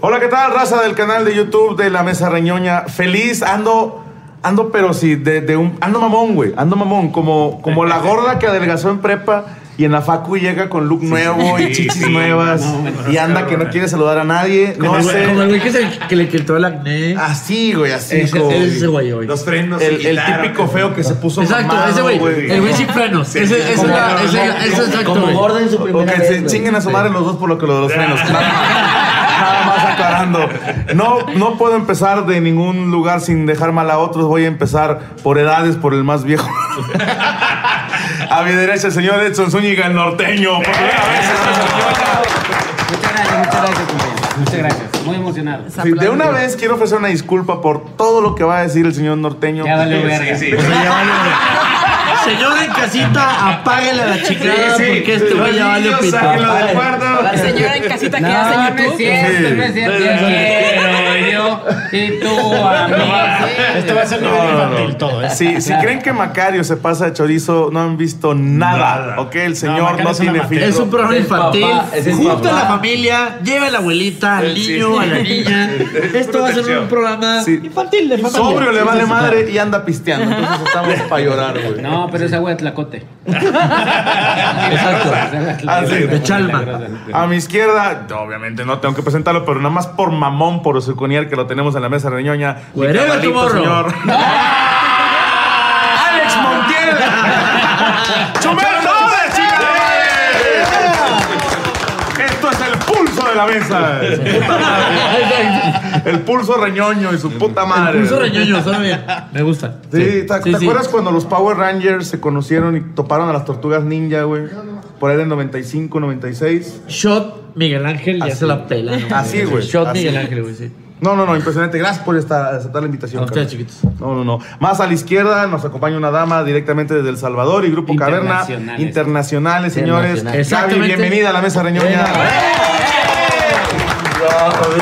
Hola, ¿qué tal, raza del canal de YouTube de La Mesa Reñoña? Feliz, ando, ando, pero sí, de, de un, ando mamón, güey, ando mamón, como, como la gorda que adelgazó en prepa y en la facu llega con look nuevo y chichis nuevas y anda que no quiere saludar a nadie, no Como el güey- como el sé. güey que, se- que le quitó el acné. Así, güey, así Ese- como- ese es el güey hoy. Los frenos. se el, el quitaron, típico feo que se puso Exacto, mamado, ese güey. El güey sin frenos. Ese, ese es la, ese, ese es exacto, Como güey. gordo en su primera Ok, vez. se güey. chinguen a su madre los dos por lo que lo de los frenos. Nada más, nada más aclarando. No, no puedo empezar de ningún lugar sin dejar mal a otros. Voy a empezar por edades, por el más viejo. a mi derecha, el señor Edson Zúñiga, el norteño. Por primera vez. Muchas gracias, muchas gracias, compañero. Muchas gracias. Muy emocionado. Sí, de una vez quiero ofrecer una disculpa por todo lo que va a decir el señor norteño. Ya vale Sí, verga. sí. O sea, ya vale, güey. Señor en casita, apáguele a la chingada porque este güey ya vale Los niños, pito. sáquenlo del Vale. cuarto. Vale. Señora en casita que hace No, no YouTube. es cierto, no es cierto. Quiero yo y tú a mí. Esto va a ser nivel No, no, no. infantil todo, ¿eh? Sí, si creen que Macario se pasa de chorizo, no han visto nada. Ok, el señor no, Macario es una tiene materia. filtro. Es un programa Es infantil. papá, es el Junta a papá. la familia, lleva a la abuelita, al niño, a la niña. Esto va a ser un programa Sí. infantil de familia. Sobrio le vale madre y anda pisteando. Entonces estamos para llorar, güey. No, pero es agua de tlacote. Exacto. Es agua de tlacote. Ah, sí, de Chalma. A mi izquierda, obviamente no tengo que presentarlo, pero nada más por mamón, por suconier que lo tenemos en la mesa reñoña. mi Wherever cabalito, tomorrow. señor. ¡Alex Montiel! ¡Chumel Torres, chingada! Esto es el pulso de la mesa. Puta madre. El pulso reñoño y su puta madre. Pulso reñoño, suena bien. Me gusta. Sí, ¿te, te sí. acuerdas cuando los Power Rangers se conocieron y toparon a las tortugas ninja, güey? Por ahí del 95, 96. Shot Miguel Ángel ya Así. se la pela. ¿no? Así, güey. Shot Así. Miguel Ángel, güey, sí. No, no, no, impresionante. Gracias por esta- aceptar la invitación. A ustedes, carnal. chiquitos. No, no, no. Más a la izquierda nos acompaña una dama directamente desde El Salvador y Grupo Caverna. Internacionales. Internacionales, señores. Gaby, Exactamente. bienvenida a la mesa reñoña.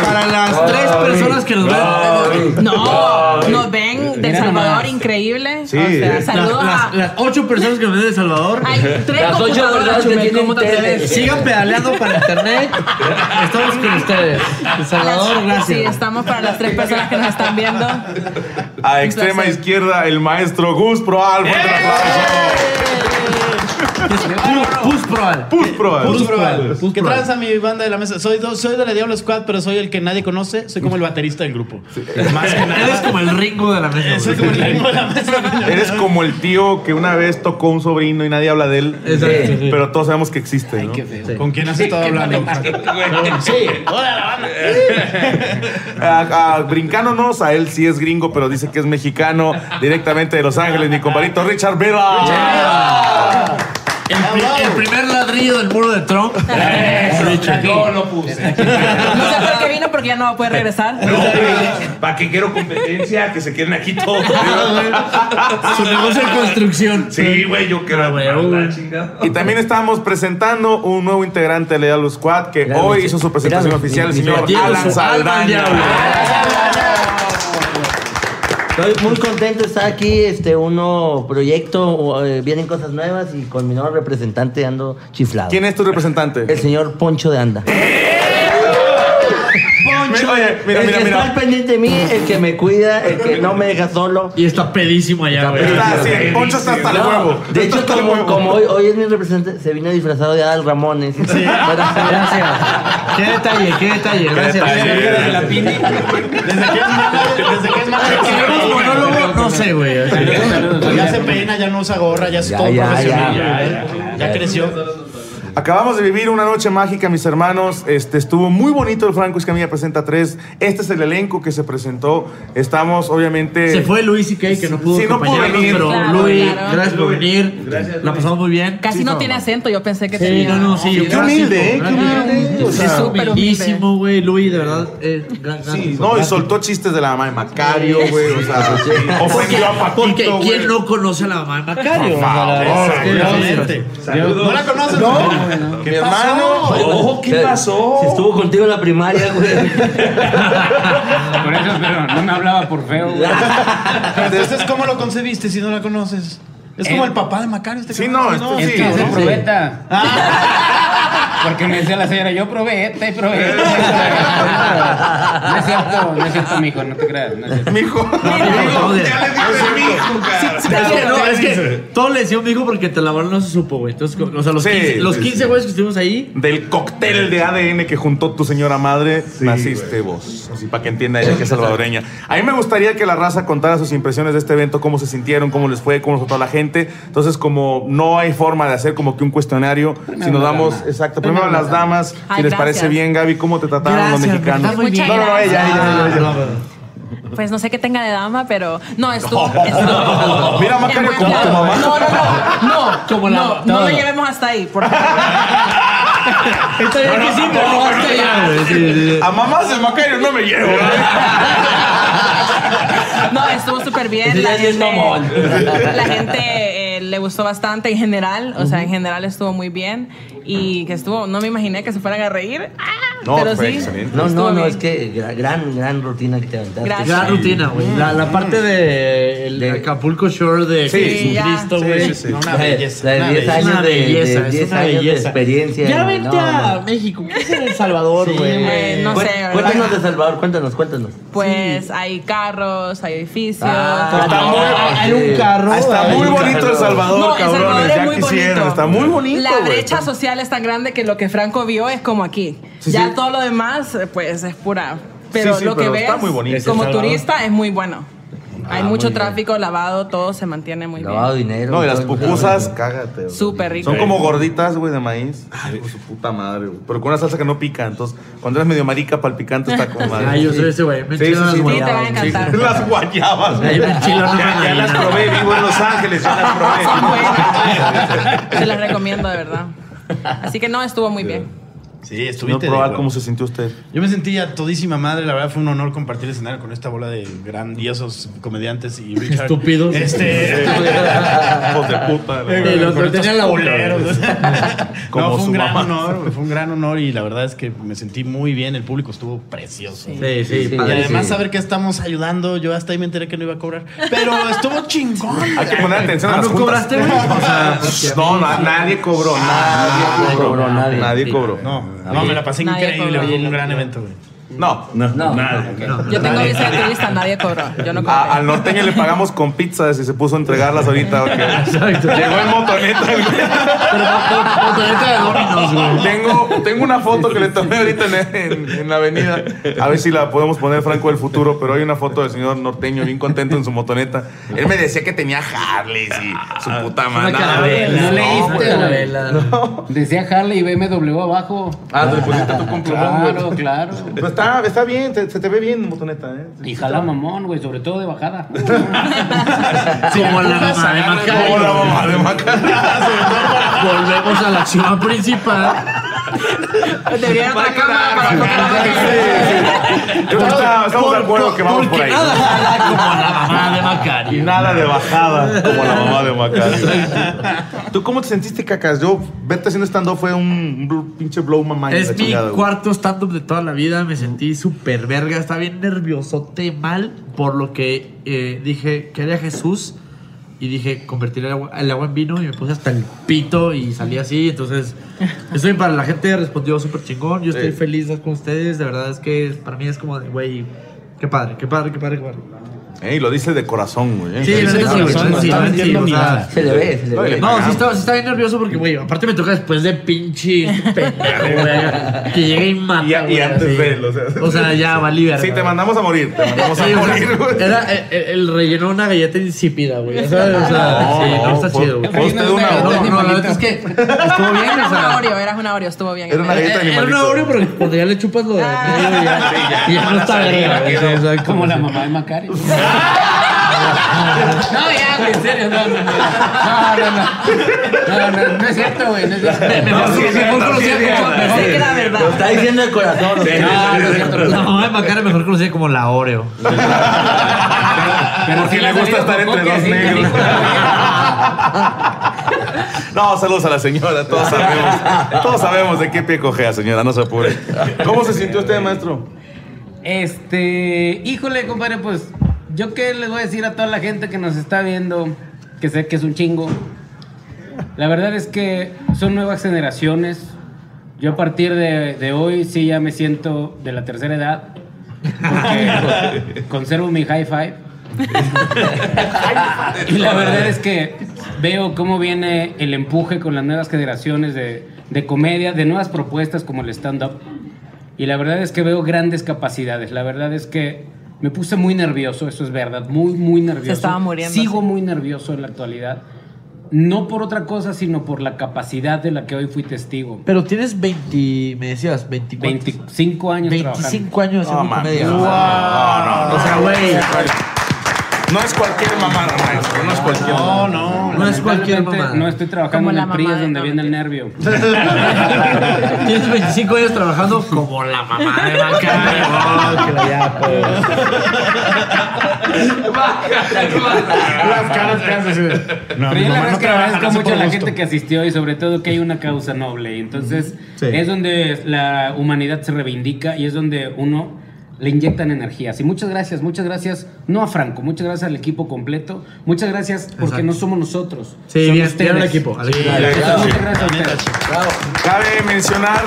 Para las tres personas que nos ven. No, nos Eh, ven Mira de El Salvador, nomás. increíble. Sí. O sea, Las- saludos Las, a. las ocho personas que nos ven de El Salvador. Hay tres Las ocho computadoras, personas que Chumel, tienen ¿cómo te tele. atreves? Sigan pedaleando para internet. Estamos con ustedes. El A las- Salvador, Sí, gracias. estamos para las tres personas que nos están viendo. A extrema izquierda, el maestro Gus Proal. Fuerte el aplauso. Pusproal. Pusproal. Pusproal. ¿Qué tranza mi banda de la mesa? Soy, do- soy de la Diablo Squad, pero soy el que nadie conoce. Soy como el baterista del grupo. Más que Eres nada. como el ringo de la mesa. Soy güey. como el ritmo de la mesa. Eres como el tío que una vez tocó un sobrino y nadie habla de él. Exacto, sí. Pero todos sabemos que existe. ¿no? ¿Con quién has estado hablando? Sí, hola la banda. A- a- brincándonos, a él sí es gringo, pero dice que es mexicano, directamente de Los Ángeles, mi compadrito Richard Vera. El, pri- el primer ladrillo del muro de Trump. Richard. Yo lo puse. No sé por qué vino porque ya no va a poder regresar. ¿Para qué quiero competencia? Que se queden aquí todos. Su negocio en construcción. Sí, güey, yo quiero. güey. chingada. Y también estamos presentando un nuevo integrante de la Diablo Squad que hoy hizo su presentación oficial, el señor Diego, Alan su alma al diablo. Saldaña. Estoy muy contento de estar aquí, este, uno proyecto, o, eh, vienen cosas nuevas y con mi nuevo representante ando chiflado. ¿Quién es tu representante? El señor Poncho de Anda. Mira, Oye, mira, el mira, que está mira. al pendiente de mí, el que me cuida, el que no me deja solo. Y está pedísimo allá, güey. Está así, el Poncho está hasta el No, huevo. De hecho, Está hasta el como, huevo. como hoy, hoy es mi representante, se vino disfrazado de Adal Ramones. Gracias. Qué detalle, qué detalle. Gracias. detalle. Desde que es manager, desde que es manager, Que se hagamos peina. monólogo, no sé, güey. Ya se peina, ya no usa gorra, ya es Ya, todo ya, profesional. ya. Ya, ya creció. Acabamos de vivir una noche mágica, mis hermanos. Este estuvo muy bonito el Franco Escamilla presenta tres. Este es el elenco que se presentó. Estamos obviamente Se fue Luis y Kay, que no pudo Sí, no pudo acompañarnos, venir. pero Claro, Luis, claro. gracias por venir. La pasamos muy bien. Casi no tiene acento, yo pensé que Sí, tenía. no, no, sí. Qué humilde, ¿eh? Qué humilde. O Es sea, súper humilde. humildísimo, güey. Luis, de verdad, eh, gran, gran- Sí, no, y soltó chistes de la mamá de Macario, güey. O sea, ofendió a Paquito, Porque güey. ¿quién no conoce a la mamá de Macario? Por favor, Sí, güey. Obviamente. Saludos. ¿No la conoces? Mi hermano. Ojo, ¿qué pasó? Oh, Si estuvo contigo en la primaria, güey. Por eso, pero no me hablaba por feo, güey. Pero Entonces, ¿cómo lo concebiste si no la conoces? Es como el papá de Macario. Este Sí, cabrón, no, esto Es sí, que es el ¿no? probeta. Porque me decía la señora, yo probé esta y probé esta. No es cierto, no es cierto, mijo, no te creas. No es cierto. Mijo. no, Ya le dije mi hijo, cara. Es que no, es que todo le decía un mijo porque te la mano no se supo, güey. Entonces, o sea, los Sí, 15 los sí, 15 sí. güeyes que estuvimos ahí, Del cóctel de ADN que juntó tu señora madre, naciste vos. Así para que entienda ella que es salvadoreña. A mí me gustaría que la raza contara sus impresiones de este evento, cómo se sintieron, cómo les fue, cómo les fue a toda la gente. Entonces, como no hay forma de hacer como que un cuestionario, si nos las damos, damas. exacto, primero las damas, si Ay, les gracias. parece bien, Gaby, cómo te trataron los Gracias, me mexicanos. trataron muy bien. No, no, no, ella, ella, ella, ella. Pues no sé qué tenga de dama, pero no, estuvo. estuvo- Mira, Macario, en buen como tu plan. mamá. No, no, no. No, Como la- no, no, no lo no. llevemos hasta ahí. Por favor. Está bien que sí, pero no hasta allá, güey. Sí, sí, sí. A mamás de Macario no me llevo. ¿eh? No, estuvo súper bien. La gente, la gente eh, le gustó bastante en general. O sea, en general estuvo muy bien. Y que estuvo, no me imaginé que se fueran a reír. Ah, No, pero fue sí. excelente. No, estuvo no, no, bien. es que gra- gran, gran rutina que te aventaste. Gracias. Gran rutina, güey. La, Mm. la parte de el Acapulco Shore de Sí, Jesucristo, sí, güey. sí, sí. Una belleza. La de una 10 belleza. años una de- de- belleza, es 10 una años de belleza. experiencia. Ya güey, vente no, a no. México, ¿qué es en El Salvador, güey? Eh, no Cué- sé, ¿verdad? Cuéntanos de Salvador, cuéntanos, cuéntanos. Pues hay carros, hay edificios. Ah, está muy- Hay un carro. Está hay muy un bonito carro. El Salvador, No, El cabrones. Salvador es ya muy quisieran. bonito. Está muy bonito. La güey. brecha social es tan grande que lo que Franco vio es como aquí. Sí, ya sí. todo lo demás, eh, pues es pura. Pero Sí, sí, lo que pero ves está muy bonito. Ah, Es El como Salvador. turista es muy bueno. Hay mucho tráfico, lavado, todo se mantiene muy Lavado bien. dinero. No, y las todo. pupusas, cágate. güey. Súper rico. Son como gorditas, güey, de maíz. Ay, por su puta madre, güey. Pero con una salsa que no pica. Entonces, cuando eres medio marica para el picante, está con madre. Ay, yo soy ese güey. Me enchilan las sí, guayabas. te va a encantar. Sí, Las guayabas. Ay, me enchilan una Ya, ya las mandarina. probé, vivo en Los Ángeles, ya las Son buenas. probé. Se las recomiendo, de verdad. Así que no, estuvo muy bien. Sí, No estuviste. de probar huevo. cómo se sintió usted. Yo me sentía todísima madre, la verdad fue un honor compartir el escenario con esta bola de grandiosos comediantes y Richard. Estúpidos. Este. Hijos de puta. la Sí, verdad. los Con estos tenía en la boca, culeros. güey. Como no, fue su un gran mamá. honor, güey, fue un gran honor y la verdad es que me sentí muy bien, el público estuvo precioso. Sí, sí, Sí, Y padre. además sí. saber que estamos ayudando, yo hasta ahí me enteré que no iba a cobrar, pero estuvo chingón. Hay que poner atención a Ah, las ¿no juntas. cobraste, güey? O sea, Ah, porque a No, na- nadie cobró. Nadie nadie cobró. cobró, nadie. Nadie cobró. No, no, me la pasé Nadie increíble, cobró. fue un gran evento, güey. No. No, No, nada. ok. Yo tengo visa de turista, nadie cobró. Yo no cobré. A- Ah, al norteño le pagamos con pizzas y se puso a entregarlas ahorita. ok. Llegó en motoneta. el güey. Pero motoneta de Dominos, güey. Tengo, tengo una foto que le tomé ahorita en, en- en la avenida. A ver si la podemos poner, Franco del Futuro. Pero hay una foto del señor norteño bien contento en su motoneta. Él me decía que tenía Harley y su puta madre. Una carabela. No No, güey. leíste, güey. novela. Decía Harley y BMW abajo. Ah, te pusiste tú con plumón, güey. Claro, claro. Pero está, está bien, te- se te ve bien en motoneta. ¿eh? Y jala mamón, güey, sobre todo de bajada. Como la mamá de Como la Macario. mamá de Macario. Volvemos a la acción principal. Debía ir a otra cámara para tocar. Yo está- Estamos de acuerdo que vamos por ahí. Nada jala como la mamá de Macario. Nada de bajada, como la mamá de Macario. ¿Tú cómo te sentiste, cacas? Yo, verte haciendo stand-up fue un bl- pinche blow mamá. y la Es mi chingada, güey. cuarto stand-up de toda la vida. Me sentí súper verga. Estaba bien nerviosote mal. Por lo que eh, dije, ¿qué haría Jesús? Y dije, convertir el agua, el agua en vino. Y me puse hasta el pito y salí así. Entonces, estoy para la gente. Respondió súper chingón. Yo estoy Sí. feliz con ustedes. De verdad es que para mí es como de, güey, qué padre, qué padre, qué padre, qué padre. Ey, lo dice de corazón, güey. eh. Sí, la neta sí, güey, la neta sí, la neta sí, o sea, Se le ve, se le Oye, ve. No, sí estaba, sí estaba bien nervioso porque, güey, aparte me toca después de pinche pendejo, güey. Que llegue y mata, Y- y Ah, güey, antes así. de él, o sea. O sea, ya, valí verga. Sí, te mandamos a morir. Te mandamos Sí, a o sea, morir, güey. Era el, el- el relleno de una galleta insípida, güey. ¿sabes? O sea, No, sí, no está fue- chido, güey. fue usted una- No, no, no, la neta es que estuvo bien, Era o una sea. Oreo, era una Oreo, estuvo bien. Era una eh, galleta de Era un animalito. Oreo, pero cuando ya le chupas lo de Ah. medio, ya, ya, y ya no no la está saliva, verga, güey. que no. Sí, exacto, Como la sí. mamá de Macario. no, ya, güey, en serio, no, no, no. No, no, no. No, no, no es cierto, güey, no es cierto. No, sí, sí, Mejor no, sí, conocida sí, como- sí, Pensé sí. que era Lo verdad. está diciendo de corazón. Sí, No, no es cierto. La mamá de Macara mejor conocida como la Oreo. Pero sí Porque le la gusta salió estar con entre coque, dos sí, negros. "Ah". No, saludos a la señora. Todos sabemos, todos sabemos de qué pie cojea, señora. No se apure. ¿Cómo se sintió usted, maestro? Este, híjole, compadre, pues yo qué les voy a decir a toda la gente que nos está viendo, que sé que es un chingo. La verdad es que son nuevas generaciones. Yo a partir de, de hoy sí ya me siento de la tercera edad. Porque conservo mi high five. Y la verdad es que veo cómo viene el empuje con las nuevas generaciones de, de comedia, de nuevas propuestas como el stand-up. Y la verdad es que veo grandes capacidades. La verdad es que me puse muy nervioso, eso es verdad, muy, muy nervioso. estaba muriendo, Sigo sí. muy nervioso en la actualidad. No por otra cosa, sino por la capacidad de la que hoy fui testigo. Pero tienes 20, me decías, 24. 25 años trabajando. 25 años haciendo comedia. No, no, no. O sea, güey. No es cualquier mamada, maestro. No es cualquier No, no. No es cualquier Lamentablemente, mamá. No estoy trabajando Como en la el PRI, mamá es de- donde no, viene el mentira. nervio. Tienes 25 años trabajando como la mamá de Macario. Oh, que la ya, pues. Las caras que haces. No, Pero mi yo la verdad mamá no es que trabaja, agradezco mucho nace a por la gusto. gente que asistió y sobre todo que hay una causa noble. Y Entonces Sí. es donde la humanidad se reivindica y es donde uno le inyectan energías. Y muchas gracias, muchas gracias, no a Franco, muchas gracias al equipo completo, muchas gracias porque Exacto. no somos nosotros. Sí, son bien, ustedes. bien al equipo. al equipo. la neta, sí. Muchas gracias a ustedes. Cabe mencionar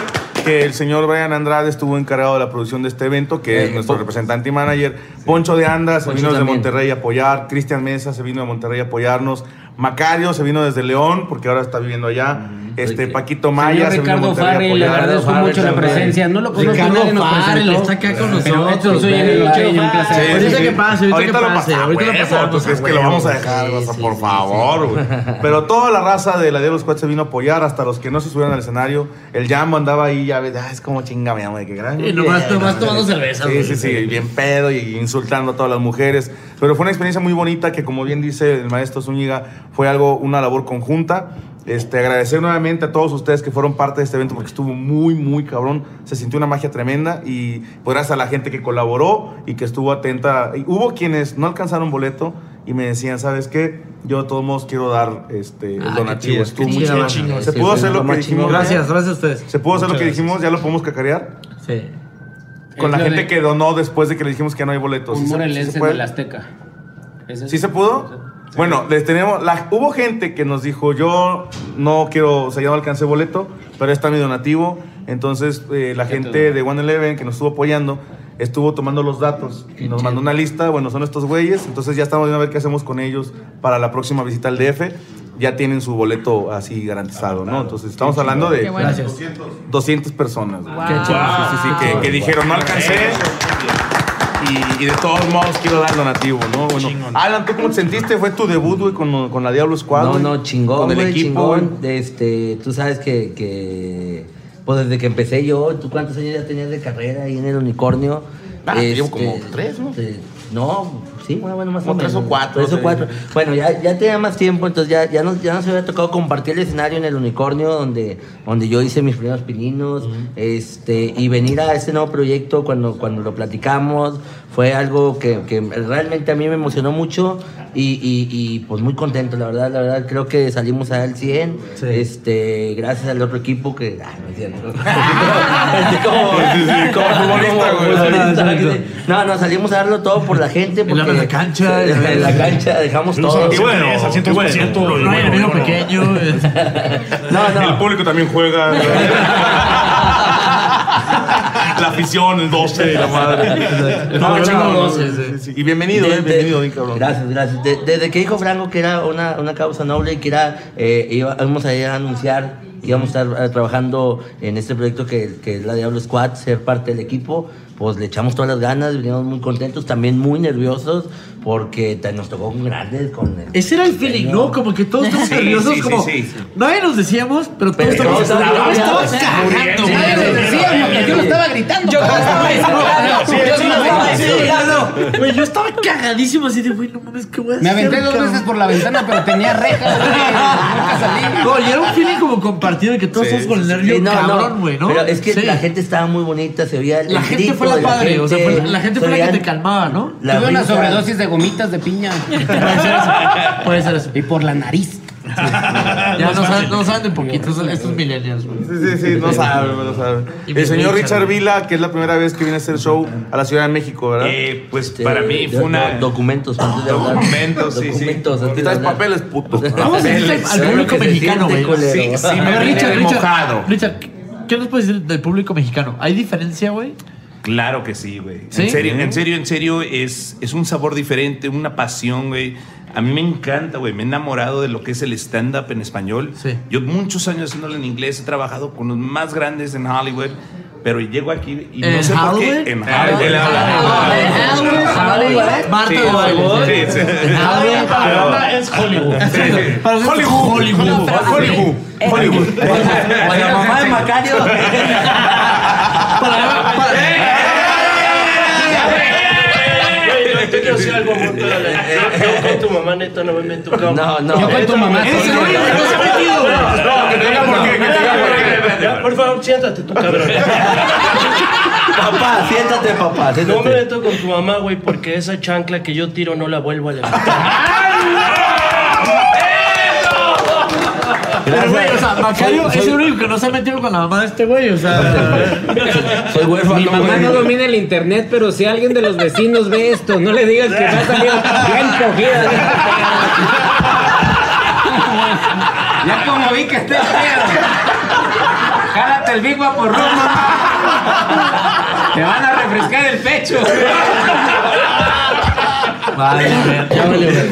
que el señor Brian Andrade estuvo encargado de la producción de este evento, que es Eh, nuestro Pon- representante y manager. Poncho de Anda se Poncho vino desde también. Monterrey a apoyar. Cristian Mesa se vino de Monterrey a apoyarnos. Macario se vino desde León, porque ahora está viviendo allá. este Oye. Paquito Señor Maya se vino de Ricardo Monterrey Farrell, le a apoyar. agradezco Farrell mucho la también. presencia. No lo conozco, Ricardo nadie nos Farrell presentó, está acá con pero nosotros, Héctor, soy güey. el Ay, Luchero Farrell. Farrell. Ahorita que pase, ahorita que lo pase, pasa, ahorita lo huevo, pasamos, pues, ¿tú crees a que lo vamos a huevo? dejar, Sí, raza? sí, por sí, favor, güey. Pero toda la raza de la de los cuates se vino a apoyar, hasta los que no se subieron al escenario. El Jambo andaba ahí, ya ves, ah, es como chinga, mi amor, qué gran. Y nomás- Bien, nomás tomando cerveza, Sí, güey. sí, sí, bien pedo y insultando a todas las mujeres. Pero fue una experiencia muy bonita que, como bien dice el maestro Zúñiga, fue algo, una labor conjunta. Este, agradecer nuevamente a todos ustedes que fueron parte de este evento porque estuvo muy, muy cabrón. Se sintió una magia tremenda y pues, gracias a la gente que colaboró y que estuvo atenta. Y hubo quienes no alcanzaron boleto y me decían, ¿sabes qué? Yo de todos modos quiero dar este, el Ah, qué donativo. chido, Estuvo qué muy chido, chido. chingón. Se Sí, pudo sí, hacer sí, lo lo que más dijimos. chingón. Gracias, gracias a ustedes. Se pudo hacer lo Muchas que gracias. dijimos, ya lo podemos cacarear. Sí. Con la Es lo gente de que donó después de que le dijimos que ya no hay boletos. Un ¿Sí se- sí morelense se en puede? el Azteca. ¿Ese? ¿Sí se pudo? Bueno, les tenemos. la- hubo gente que nos dijo: Yo no quiero, o sea, ya no alcancé boleto, pero está mi donativo. Entonces, eh, la gente de One Eleven que nos estuvo apoyando estuvo tomando los datos y nos mandó una lista. Bueno, son estos güeyes. Entonces, ya estamos viendo a ver qué hacemos con ellos para la próxima visita al DF. Ya tienen su boleto así garantizado, ¿no? Entonces, estamos hablando de Qué bueno. Gracias. 200 personas. güey. Qué chido. Sí, sí, sí, que, que dijeron, no alcancé. Y, y de todos modos quiero dar donativo, ¿no? Bueno, Alan, ¿tú cómo te sentiste? ¿Fue tu debut, güey, con, con la Diablo Squad? No, güey? no, chingón, Con el güey, equipo, güey. chingón. Este, tú sabes que, que, pues desde que empecé yo, ¿tú cuántos años ya tenías de carrera ahí en el unicornio? Ah, llevo como tres, ¿no? este, no, sí, bueno, bueno, más o Como menos. tres o cuatro, Tres sí. o cuatro. Bueno, ya, ya tenía más tiempo, entonces ya, ya, nos, ya nos había tocado compartir el escenario en el unicornio, donde, donde yo hice mis primeros pininos, este, y venir a este nuevo proyecto cuando, cuando lo platicamos, fue algo que, que realmente a mí me emocionó mucho y, y- y, pues muy contento, la verdad, la verdad, creo que salimos al 100, Sí. este, gracias al otro equipo que... Ah, no es cierto. Así como- como futbolista, güey. futbolista, Exacto. que- no, no, salimos a darlo todo por la gente. En la porque- mera cancha. en la cancha dejamos todo. Y bueno, Al y bueno, 100%, no, y No hay bueno, enemigo bueno. pequeño. es- No, El no. público también juega. güey. la afición, el 12 y la madre. No, chingón, no, no, sí, sí. Ah, sí, sí. Y bienvenido, eh, Desde- bienvenido, bien cabrón. Gracias, gracias. De- desde que dijo Franco que era una, una causa noble y que era, eh, iba- íbamos a ir a anunciar, íbamos a estar eh, trabajando en este proyecto que, que es la Diablo Squad, ser parte del equipo, pues le echamos todas las ganas, veníamos muy contentos, también muy nerviosos, porque te- nos tocó con grandes, con el- Ese era el feeling, ¿no? Como que todos estamos Sí, nerviosos, sí, como... sí, sí. Nadie nos decíamos, pero todos Pero estamos... todos Estamos estábamos cagando, muriendo. güey. Nadie nos decía, yo lo estaba gritando. Yo no estaba esperando. Sí, Yo sí, no estaba sí, esperando. Güey, yo estaba cagadísimo así de, güey, no mames, ¿qué voy a hacer? Me aventé dos cabrón? veces por la ventana, pero tenía reja, güey. Nunca salí. No, y era un feeling como compartido de que todos Sí, estamos con el sí, nervio Sí, no, no. cabrón, güey, ¿no? Pero es que Sí. la gente estaba muy bonita, se veía el La el gente grito fue la de padre, o sea, fue la, la gente se fue la que veían te calmaba, Ah, ¿no? la Tuve una risa. sobredosis de gomitas de piña. Puede ser eso, puede ser eso. Y por la nariz. Ya no saben, no saben de poquito, estos, estos millennials, güey. Sí, sí, sí, no sabe, no sabe. Y mi pues, El señor Richard. Richard Vila, que es la primera vez que viene a hacer show a la Ciudad de México, ¿verdad? Eh, pues Este, para mí fue do- una. do- documentos antes de hablar. Documentos, sí, sí. Documentos antes de Traes hablar. papeles, puto. Vamos a decirle Papeles. al público Lo que se mexicano, siente, güey. culero. Sí, sí, A ver, me Richard, Richard, Richard, mojado. Richard, ¿qué nos puedes decir del público mexicano? ¿Hay diferencia, güey? Claro que sí, güey. ¿Sí? En serio, en serio, en serio, es, es un sabor diferente, una pasión, güey. A mí me encanta, güey. Me he enamorado de lo que es el stand-up en español. Sí. Yo muchos años haciéndolo en inglés, he trabajado con los más grandes en Hollywood, pero llego aquí y ¿En no sé por Hollywood? qué. En Ah, Hollywood. en Hollywood. Marta Sí, de sí, Baile. sí. Ah, güey, Para la banda es Hollywood. Sí, sí. Para nosotros es Hollywood. Hollywood, Hollywood. O la mamá de Macario. Para- para- Yo quiero decir algo muy claro. Yo con tu mamá, neta, no me meto cabrón. Eh, No, no. Yo con tu mamá. Eres el único que no se ha metido, güey. No, que tenga por qué, que tenga por qué. Ya, Por favor, siéntate tú, cabrón. Papá, siéntate, papá. No me siéntate. meto con tu mamá, güey, porque esa chancla que yo tiro no la vuelvo a levantar. Pero, güey, o sea, Macario Soy- es el único que no se ha metido con la mamá de este güey, o sea. Soy huérfano. Mi mamá güey. no domina el internet, pero si alguien de los vecinos ve esto, no le digas que va a salir bien cogida. Ya como vi que estés pedo. Jálate el Big por rumbo. Te van a refrescar el pecho. Vale, güey, ya valió, güey.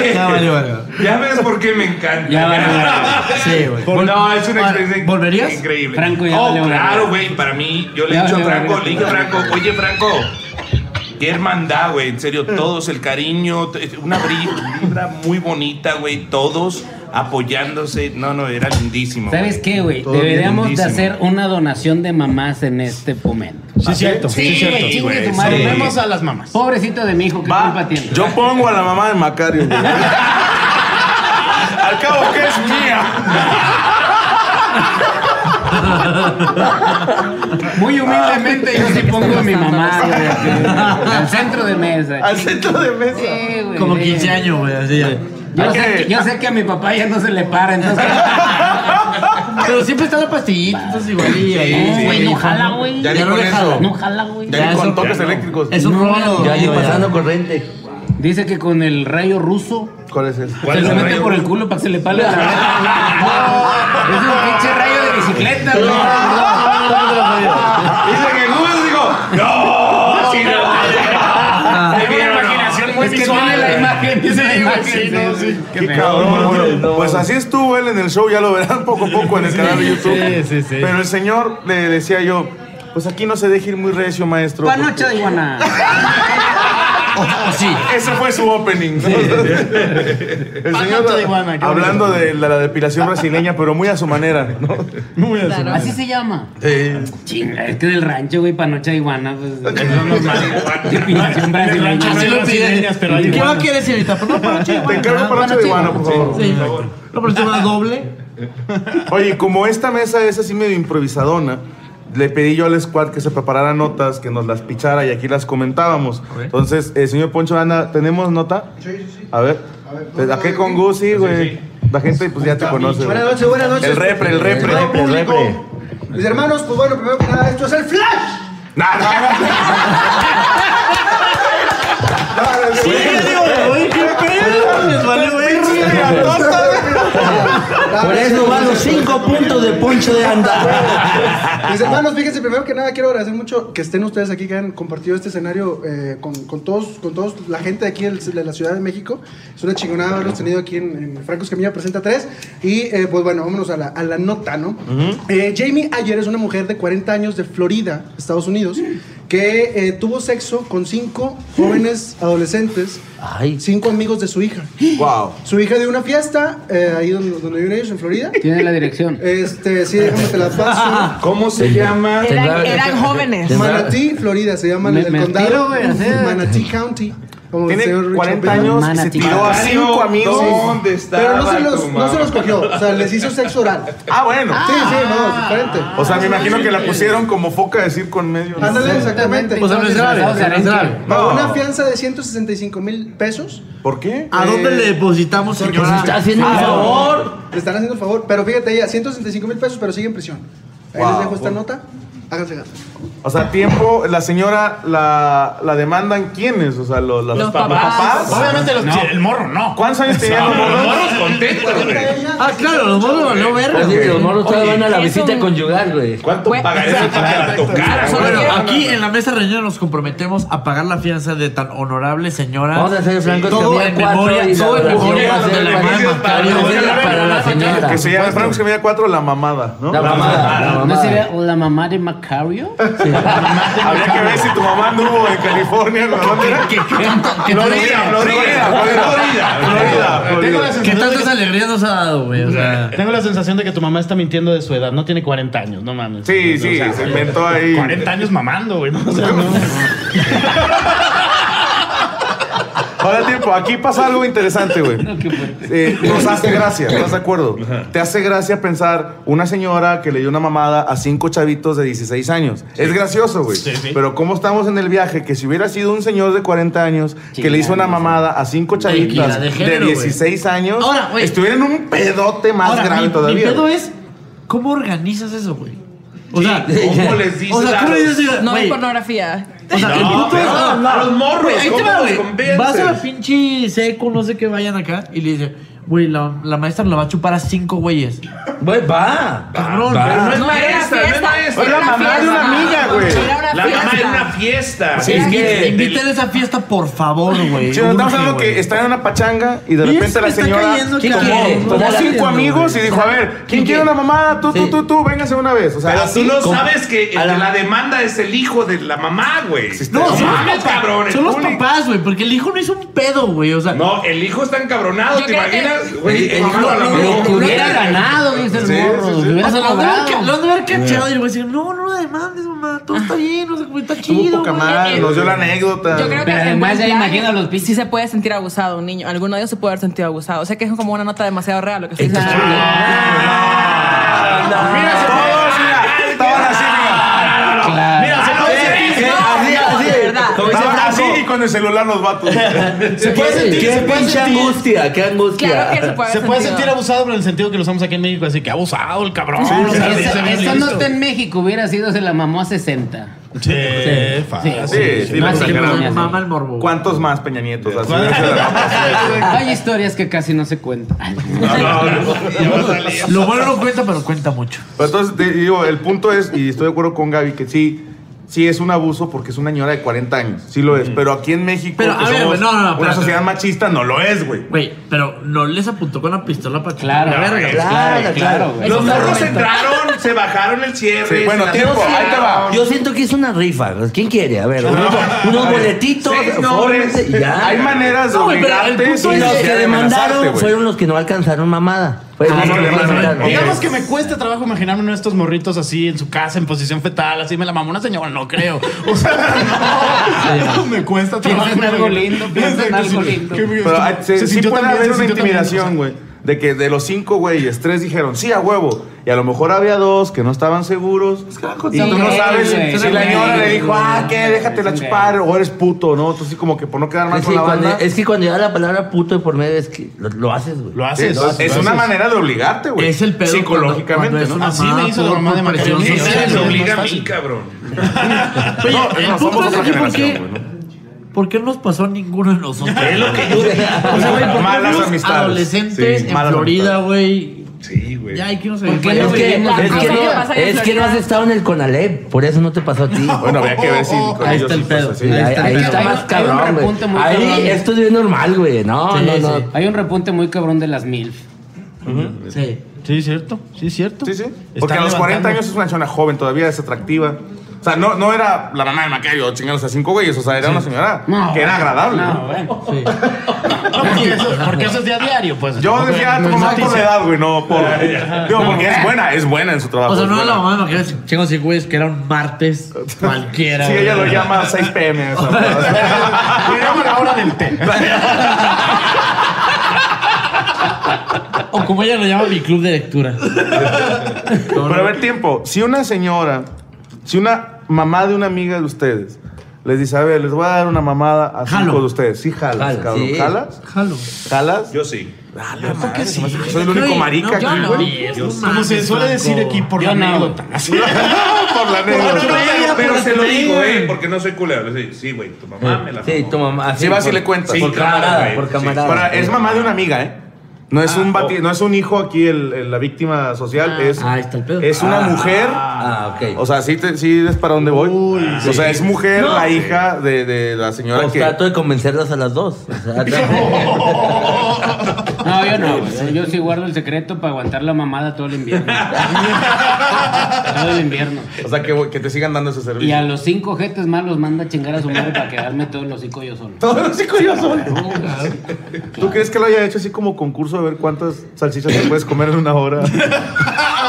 Oye, Ya valió, güey. ya ves por qué me encanta. Ya valió. Sí, güey. Vol- No, es una Ahora, experiencia ¿Volverías? increíble. Franco, ya oh, valió claro, verga. güey. Para mí, yo le he Ya dicho a valió Franco, verga. le dije a Franco, oye, Franco, qué hermandad, güey. En serio, todos, el cariño, t- una bri- vibra muy bonita, güey. Todos apoyándose. No, no, era lindísimo. ¿Sabes güey. qué, güey? Todo bien Deberíamos de lindísimo. hacer una donación de mamás en este momento. Sí, es cierto. Sí, es cierto. Sí, chingue güey, tu madre. sí. Vemos a las mamás. Pobrecito de mi hijo, ¿qué Va, culpa tiene? yo pongo a la mamá de Macario. güey. Al cabo que es mía. Muy Ah, humildemente yo sí pongo a mi mamá, güey, aquí, al centro de mesa. Al centro de mesa. Sí, güey. Como 15 años, güey, así ya. Yo sé, que, yo sé que a mi papá ya no se le para, entonces. Pero siempre está la pastillita, entonces igual y ahí. No, güey, no jala, güey. Ya ni no con le eso. No jala, güey. Ya ni Ya, con eso- toques ya no. eléctricos. Es un No, rollo. Ya güey, ni pasando corriente. Dice que con el rayo ruso ¿Cuál es ese? ¿Cuál se es lo el mete rayo? por el culo para que se le pale la oreja. Es un pinche rayo de bicicleta, güey. Dice que Google dijo, no, sí, Ah, no. Tengo una imaginación muy Es que tiene la visual. imagen. Sí, tiene la güey, imagen, sí, sí, no, sí. Qué cabrón, bueno, Pues así estuvo él en el show, ya lo verán poco a poco en el canal de YouTube. sí, sí. Pero el señor le decía yo, pues aquí no se deje ir muy recio, maestro. Buenas porque- noches, de iguana. Sí. Ese fue su opening. ¿no? El Panocha de iguana, qué hablando de la, la depilación brasileña, pero muy a su manera. ¿no? Muy así. Claro. Así se llama. Eh, Chinga, es que del rancho, güey, panocha de iguana, pues. Es lo normal. Qué pinche un El brasileño. rancho Así no hay lo piden. brasileñas, pero hay ¿Qué iguanas. no quieres, señorita? Pues no, para te encargo para noche de iguana, por favor. Sí, exacto. No, pero se va doble. Oye, como esta mesa es así medio improvisadona, le pedí yo al squad que se preparara notas, que nos las pichara y aquí las comentábamos. Ok. Entonces, eh, señor Poncho Ana, ¿tenemos nota? Sí, sí, sí. A ver. Te saqué con Gusi, güey. La gente pues ya te conoce. güey. Buenas noches, buenas noches. El repre, el repre. Estimado El repre, el público. Mis hermanos, pues bueno, primero que nada, esto es el Flash. Nah, nah, nah. Por Por eso van los cinco puntos de Poncho de Anda. Mis hermanos, fíjense, primero que nada quiero agradecer mucho que estén ustedes aquí, que han compartido este escenario eh, con, con todos, con todos la gente de aquí del- de la Ciudad de México. Es una chingonada haberlos tenido aquí en, en Francos Camilla Presenta 3. Y eh, pues bueno, vámonos a la, a la nota, ¿no? Eh, Jamie Ayer es una mujer de 40 años de Florida, Estados Unidos, que eh, tuvo sexo con cinco jóvenes adolescentes, Ay. cinco amigos de su hija. Wow. Su hija dio una fiesta, eh, ahí donde, donde viven ellos, en Florida. Tiene la dirección. Este, sí, déjame te la paso. ¿Cómo se llama? Eran, eran jóvenes. Tendrá- Manatí, Florida, se llama Me- el me condado. tiro, güey, así. Manatí County. como el señor Tiene Richard 40 Pena. años y se Manatí. tiró a cinco amigos. ¿Dónde está? Pero no se, los, no se los cogió, o sea, les hizo sexo oral. Ah, bueno. Sí, sí, no, es diferente. O sea, me imagino que la pusieron como foca de circo en medio. Ándale, exactamente. O sea, no es grave. o sea, no es grave. Pagó una fianza de 165 mil pesos. ¿Por qué? ¿A dónde Eh, le depositamos, Se señora? Ah, está haciendo un favor. Le están haciendo el favor, pero fíjate ella, 165 mil pesos, pero sigue en prisión. Ahí Wow. les dejo esta nota. Háganse gato. O sea, tiempo, la señora la, la demandan quiénes? O sea, lo- las- Los papás. Obviamente los el morro no. ¿Cuántos este, años tenían los morros? Estamos contentos, güey. Ah, claro, los modos valió verga. Así que los morros todavía van a la es visita un- conyugal, güey. ¿Cuánto Güey. pagarías para que la tocara? Solo güey? quiero- Bueno, aquí en la mesa reñida nos comprometemos a pagar la fianza de tan honorable señora. Vamos a hacer francos todo Camilla en 4 memoria, y la todo en oración memoria va a ser de la para- mamá. para la señora, para la señora. Que se llama Francos que me da cuatro, la mamada, ¿no? La mamada, la ¿No mamada. sería la mamá de Macario? Habría que ver si tu mamá anduvo en California, ¿no? ¿Dónde era? ¿Qué, qué tanto, qué Florida, tanto- Florida, Florida, Florida. Tengo la, qué sensación de tantas alegrías nos ha dado, güey? O sea, que, tengo la sensación de que tu mamá está mintiendo de su edad. No tiene 40 años, no mames. Sí, O sí, sea, se inventó ahí. 40 años mamando, güey. ¿no? O sea, no. Ahora tiempo, aquí pasa algo interesante, güey. Eh, nos hace gracia, ¿estás de acuerdo? Te hace gracia pensar una señora que le dio una mamada a cinco chavitos de 16 años. Es gracioso, güey. Sí, sí. Pero ¿cómo estamos en el viaje? Que si hubiera sido un señor de 40 años que le hizo una mamada a cinco chavitas de de, género, güey. 16 años, Ahora, güey. estuviera en un pedote más ahora, grave mi, todavía. mi pedo güey. es, ¿cómo organizas eso, güey? O sea, ¿Cómo les dices? o sea, a ¿cómo le los- dices? No güey, es pornografía. O sea, el punto es. pero a los morros, Güey, ahí te ¿cómo va, los güey. convences? Vas a la pinche seco, no sé qué vayan acá, y le dice, güey, la, la maestra la va a chupar a cinco güeyes. Pues Güey, va. Cabrón, Pero no pero es No era una maestra, no es fiesta. maestra. Era la mamá de una amiga, güey. Era una La mamá en una fiesta. fiesta. Ah, Sí, Es invi- que- inviten a esa fiesta, por favor, güey. Sí, no, estamos Urge, hablando güey. que está en una pachanga y de Mira, se me repente la está señora cayendo ¿Quién acá. quiere? No, tomó Está cinco latiendo, amigos y güey. dijo, a ver, ¿quién quiere una mamada? Tú, tú, Sí. tú, tú, véngase una vez. O sea, Pero así tú no como- sabes que A el la- de la demanda es el hijo de la mamá, güey. No, son, mames, los papás, cabrón, el son los público. papás, güey, porque el hijo no hizo un pedo, güey. O sea, No, el hijo está encabronado, Yo ¿te creo que- imaginas? Güey, el hijo a la no, mamá. no, Lo hubiera ganado, dice el Sí, morro. sí, sí. Lo o hubiera sea, lo han de haber cobrado. ca- lo han de haber cachado y el güey decir, no, no la demandes, mamá, todo está bien, o sea, güey, está Tuvo chido. poca güey. madre, nos dio la anécdota. Yo creo que Pero en además buen ya plan, ¿eh? imagino a los bichos. Sí se puede sentir abusado un niño. Alguno de ellos se puede haber sentido abusado. O sea que es como una nota demasiado real lo que estoy diciendo. Mira, se- todos, mira, estaban así, mira. Claro. Mira, se puede No, decir. no, así, no, así. de verdad. Como dice Estaban así Franco, y con el celular los vatos. Se puede sentir, Qué se puede pinche sentir. angustia, qué angustia. Se puede sentir abusado, pero en el sentido que lo usamos aquí en México, así que abusado el cabrón. Sí, o sea, esa- dice, bien esa listo. nota en México hubiera sido se la mamó a 60. Sí, Sí, fácil. sí, sí, sí, la sí, sacaron. sí. Mama el ¿Cuántos más, Peña Nietos? Así Hay historias que casi no se cuentan. Lo bueno no cuenta, pero cuenta mucho. Pero Pues entonces, te digo, el punto es, y estoy de acuerdo con Gaby, que sí, sí es un abuso porque es una señora de 40 años. Sí lo es. Pero aquí en México, Pero, que a ver, somos güey, no, no, no, una espérate. sociedad machista, no lo es, güey. Güey, pero no les apuntó con la pistola para Claro, la verga. claro, claro, güey. Los Eso está morros reventado. entraron, se bajaron el cierre. Sí, bueno, se tiempo, acercaron. ahí te va. Yo siento que es una rifa. ¿Quién quiere? A ver, unos, unos boletitos, Seis fórmense y ya. Hay maneras de No, güey, pero el obligarte punto Y sin es los necesidad que de amenazarte, demandaron güey. fueron los que no alcanzaron mamada. Fueron Ah, los que no, no no, no, alcanzaron. no. Digamos que me cuesta trabajo imaginarme uno de estos morritos así en su casa, en posición fetal, así me la mamó una señora, no creo. O sea, no, me cuesta trabajo. Piensa en algo lindo, piensa en Exacto, algo sí. lindo. Qué bien, Pero ah, esto- se, sí sintió puede también, haber se una sintió también, o intimidación, sea. güey. De que de los cinco güeyes, tres dijeron, sí, a huevo. Y a lo mejor había dos que no estaban seguros. y son tú no gays, sabes güey, si son la gays, señora le dijo, güey, ah, son ¿qué? gays, Déjate la son chupar gays. o eres puto, ¿no? Entonces, como que por no quedar mal Es con que, la cuando, banda. es que cuando llega la palabra puto de por medio es que lo, lo haces, güey. Lo Sí, haces. es lo una haces. manera de obligarte, güey. Es el pedo Psicológicamente, cuando- cuando es ¿no? una Así me hizo la por- mamá de por presión Macario. social. Sí, Esa sí, se sí. obliga a Más mí, fácil. cabrón. Oye, No, el no, punto somos es otra aquí por qué, generación, güey, por qué no nos pasó a ninguno de nosotros. Es lo que yo digo. O sea, güey, ¿por qué Malas fuimos amistades. adolescentes Sí, en malas Florida, güey. Sí, güey. Ya, hay que no se ¿Por qué Es no que, vivimos es la que cosa no, que pasa en es que no has Florida? estado en el Conalep, por eso no te pasó a ti. Bueno, había que ver si Oh, con Ahí ellos está el sí pasa pedo. así. Sí, ahí, está ahí el está pedo. Hay un- más hay un cabrón, güey. repunte muy Ahí cabrón. esto es bien normal, güey. No, Sí, no, no. sí. Hay un repunte muy cabrón de las mil. Sí. Sí, cierto. Sí, cierto. Sí, sí. Porque Están a los levantando. 40 años es una chona joven, todavía es atractiva. O sea, no, no era la mamá de Macario, chingados a cinco güeyes. O sea, era una señora No, que era agradable. No, ¿no? bueno. No, porque eso, porque eso es día a diario, pues. Yo decía, ah, tu No es mamá por la noticia. edad, güey, no por. Digo, porque es buena, es buena en su trabajo. O sea, es no era buena. la mamá de Macario, chingos y güeyes, que era un martes cualquiera. Sí, güey. ella lo llama 6 pm. o sea, Me llamo la hora del té. O como ella lo llama mi club de lectura. Pero a ver, tiempo. Si una señora, si una mamá de una amiga de ustedes les dice, a ver, les voy a dar una mamada a cinco Jalo. de ustedes. Sí, jalas, Jalo, cabrón. sí. ¿Jalas? Jalo. ¿Jalas? Ah, Yo sí. Se me hace que Soy el único Güey, marica no, aquí, yo no. güey. No Como mames, se suele Franco. decir aquí por la Yo no. anécdota. Así. por la No, no, no, negra. pero- pero se lo digo, güey. güey, porque no soy culero. Sí, Sí, güey, tu mamá me la Sí, mamó. tu mamá. Sí, vas y por- le cuentas. Por Sí, claro, camarada, güey. por Sí. Ah, camarada. Ahora, es mamá de una amiga, ¿eh? No es, un bati- no es un hijo aquí el, el- la víctima social, es, Ah, ahí está el pedo. es una Ah. mujer. Ah, ok. O sea, sí, te- sí es para dónde voy. o sea, es mujer, la hija de, de la señora Pues que. trato de convencerlas a las dos. O sea, No, yo no. güey. Yo sí guardo el secreto para aguantar la mamada todo el invierno. todo el invierno. O sea, que, que te sigan dando ese Y servicio. a los cinco jetes más los manda a chingar a su madre para quedarme todos los cinco yo solo. Todos los hijos yo son. ¿Tú crees que lo haya hecho así como concurso a ver cuántas salchichas te puedes comer en una hora? Ah,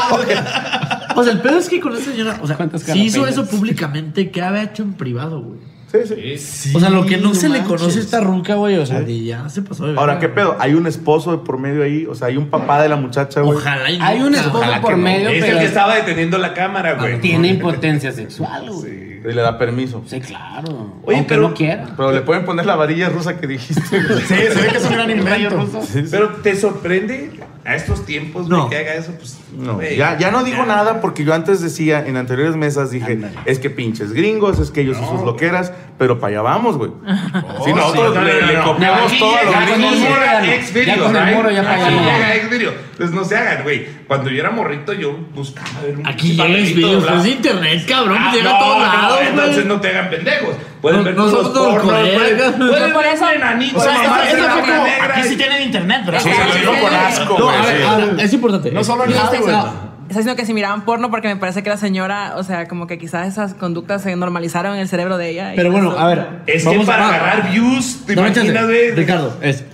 O sea, el pedo es que con esa señora, o sea, ¿Cuántas si hizo jalapeños? eso públicamente, ¿qué había hecho en privado, güey? Sí, sí. o sea, lo que no, se le manches. conoce a esta ruca, güey, o sea, de ya se pasó de Ahora, verga, ¿qué pedo? Hay un esposo de por medio ahí, o sea, hay un papá de la muchacha, güey. güey. Ojalá y Hay un nunca. esposo Ojalá por que no. medio, Es el pero que estaba deteniendo la Ah, cámara, güey. tiene impotencia sexual, güey. Y le da permiso. Sí, claro. Oye, Aunque pero- no quiera. Pero le pueden poner la varilla rusa que dijiste. güey. Sí, se ve que es un gran invento. Pero te sorprende a estos tiempos, güey, No. que haga eso, pues. No, güey. ya, ya no digo nada porque yo antes decía en anteriores mesas, dije, Ándale. es que pinches gringos, es que ellos y sus loqueras, pero para allá vamos, güey. si Oh, nosotros sí, no, le, no, le no. copiamos Aquí todo a los llega, gringos. aquí Ya llega con el Xvideos, muro ya ¿right? pagamos. Aquí llega Xvideos. Entonces no se hagan, güey. Cuando yo era morrito, yo buscaba ver un Aquí papelito llega el video, doblado. es internet, pues cabrón, pues Ah, llega no, a todos no, lados, güey. Entonces no te hagan pendejos. Pueden No- ver no todos los somos todos pornos, pueden- colegas. pueden Yo por ver eso- un enanito, O sea, mamá, esta- de esta la fue como. negra Aquí sí y- tienen internet, ¿verdad? Sí, Exacto. se lo digo con asco, No, güey. a ver, sí. a ver, es importante. No solo No, nada, está güey. diciendo- está diciendo que si miraban porno porque me parece que la señora, o sea, como que quizás esas conductas se normalizaron en el cerebro de ella. y Pero bueno, eso- a ver. Es que vamos para a- agarrar views, te Dame imaginas, chance. güey. Ricardo, es.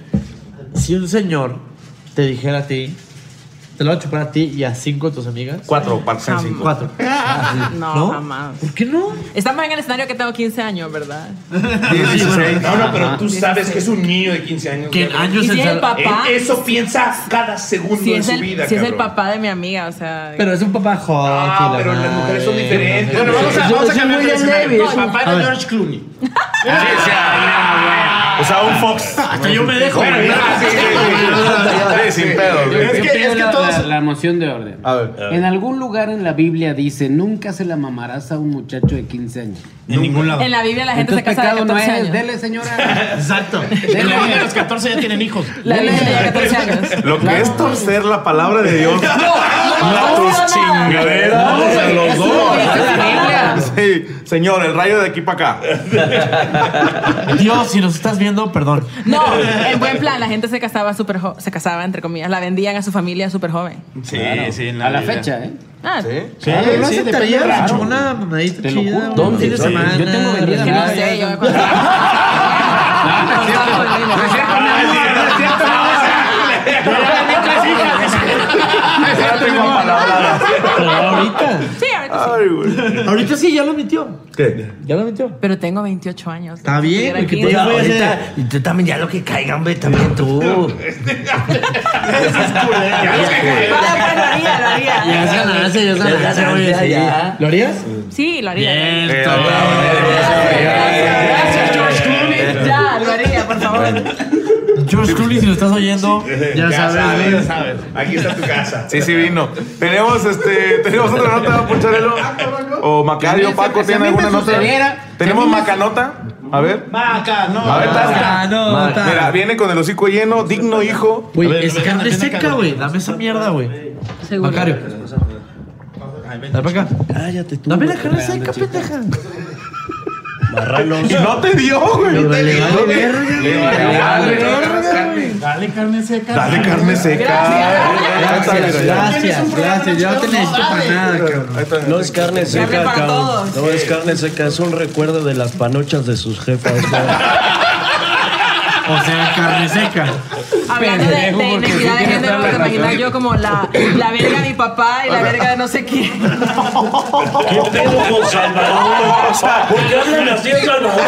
Si un señor te dijera a ti, te lo va a chupar a ti y a cinco de tus amigas. Cuatro, para ser cinco. Cuatro. No, ¿No? jamás. ¿Por qué no? Estamos en el escenario que tengo 15 años, ¿verdad? Diez, dieciséis. No, no, pero tú sabes que es un niño de 15 años. Que güey. años Y si en sal- el papá- Él- Eso piensa cada segundo Si de es su el, vida, si es el cabrón. papá de mi amiga, o sea. Pero es un papá joven. Ah, pero las mujeres son diferentes. Bueno, vamos a, Yo- vamos a yo soy cambiar muy de escenario. Davis. El papá A era ver. George Clooney. O sea, un Fox. Hasta yo me dejo. Bueno, güey. ya, sí, sí, sí. Sí, sin pedo. güey. Es que, es que la, todos- la- la moción de orden. A ver. En algún lugar en la Biblia dice, nunca se la mamarás a un muchacho de 15 años. En ningún lado. En la Biblia la gente Entonces, se casa de pecado no es. 14 años. Dele, señora. Exacto. En la vida de los 14 ya tienen hijos. La Biblia de 14 años. Lo que es torcer la palabra de Dios. A tus chingaderas. a los eso lo dos. dice la Biblia. Sí, señor, el rayo de aquí para acá. Dios, si nos estás viendo, perdón. No, en buen plan, la gente se casaba súper jo- se casaba entre comillas, la vendían a su familia súper joven. Sí, Claro. sí, en a la vida. fecha, ¿eh? Ah, Sí, Claro, lo sí, hace depende taller, de la- claro. Una mamadita Te lo juro. chida. un ¿Dónde? fin de Yo- semana. yo tengo vendida es que no Ah, ya, sé, yo ya. cuando- No es cierto, Cuando estaba no es cierto, mi amor, no es cierto, Yo ya tenía tres Ya tengo palabra. Ahorita. Sí, ahorita sí. Ay, güey. Ahorita sí, ya lo mintió. ¿Qué? Ya lo mintió. Pero tengo 28 años. Está bien, Era porque 15. te- Oye, ahorita, y tú también ya lo que caiga, hombre, también tú. Vale, pues, lo haría, lo haría. Ya es ganancia, ya es ganancia, güey. Ya, ya. sí. ¿Lo harías? Sí, lo haría. Bien, bravo, Gracias, George Clooney. Ya, lo haría, por favor. George Clooney, si lo estás oyendo, ya, sabes, güey. sabes. Aquí está tu casa. Sí, sí vino. Tenemos este, tenemos otra nota, Pucharelo. O Macario, Paco, Si a mí ¿tiene alguna me nota? sucediera, Tenemos si a mí me- Macanota. A ver. Maca, no. A ver, Tasca. Ah, no, Maca. ta- Mira, viene con el hocico lleno, digno hijo. A ver, Güey, es a ver, carne anda, seca, anda, güey. Dame esa mierda, güey. Seguro. Macario. Dame para acá. Cállate tú. Dame la carne seca, pendeja. Y no te dio, güey. No te dio. vale verga, Le vale verga, güey. Dale carne seca. Dale carne seca. Ahí está, mira, ya. Gracias, gracias. Yo no te necesito para nada, cabrón. Ahí está. No es carne Carne seca, para cabrón. todos. No es carne seca, es un recuerdo de las panochas de sus jefas. güey. O sea, carne seca. Hablando de- de, Pendejo, porque inequidad sí de tienes género, toda la me imagino razón. yo como la, la verga de mi papá y la verga de no sé quién. ¿Qué pedo con Salvador? ¿Por qué hablan así en Salvador?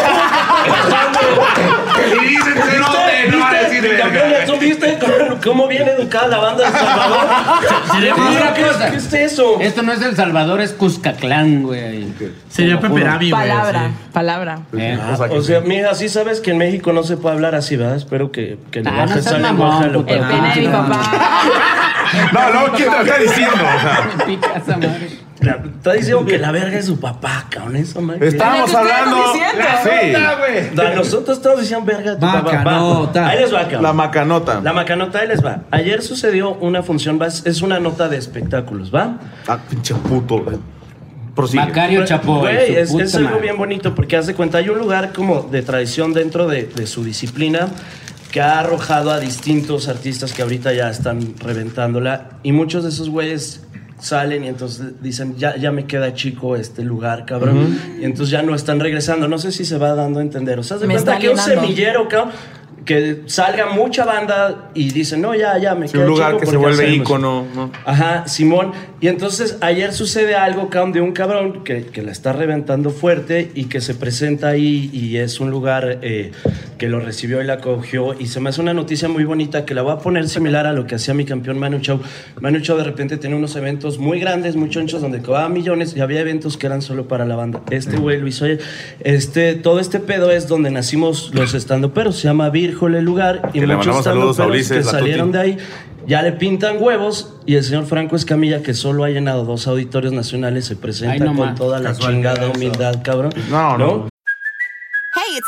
Y dicen que no te no va a decir ¿Viste? verga. Campeones, ¿tú viste cómo bien educada la banda de Salvador? Sería, Sí. Mira, ¿Qué cosa. qué es eso? Esto no es El Salvador, es Cuscatlán, güey. ahí. sería Te lo juro. paperami, güey. Palabra, sí. palabra. Eh, Ah, o sea, mija, sí sabes que en México no se puede hablar así, ¿verdad? Espero que, que le Ah, no bajes seas al lenguaje mamón, lo El para- pene de mi papá. No, no, ¿quién te lo está diciendo? O sea, me pica esa madre. La- Está diciendo que la verga es su papá, cabrón. Eso, man. estábamos Es lo que hablando. estamos Sí, A nosotros todos decían verga. tu papá. Macanota. Ahí les va, cabrón. la macanota. La macanota, ahí les va. Ayer sucedió una función, va, es es una nota de espectáculos, ¿va? Ah, pinche puto. güey. Prosigue. Macario Chapoy. Güey, su es, puta es algo madre. bien bonito porque hace cuenta, hay un lugar como de tradición dentro de, de su disciplina que ha arrojado a distintos artistas que ahorita ya están reventándola y muchos de esos güeyes salen y entonces dicen, ya, ya me queda chico este lugar, cabrón. Y entonces ya no están regresando. No sé si se va dando a entender. O sea, haz de Me cuenta está que un llenando. semillero, cabrón, que salga mucha banda y dicen, no, ya, ya me Sí, queda un lugar chico que se porque vuelve hacemos". ícono. ¿no? Ajá, Simón. Y entonces ayer sucede algo, Cam, de un cabrón que, que la está reventando fuerte y que se presenta ahí y es un lugar eh, que lo recibió y la acogió. Y se me hace una noticia muy bonita que la voy a poner similar a lo que hacía mi campeón Manu Chao. Manu Chao de repente tenía unos eventos muy grandes, muy chonchos, donde cobraba millones y había eventos que eran solo para la banda. Este güey, Luis Oye, este, todo este pedo es donde nacimos los estandoperos. Se llama Virjole el lugar. Y Que le muchos mandamos saludos a estandoperos Ulises, que la Tuti. salieron de ahí ya le pintan huevos y el señor Franco Escamilla, que solo ha llenado dos auditorios nacionales, se presenta Ay, no con más. toda la chingada humildad, cabrón. No, no. Hey, it's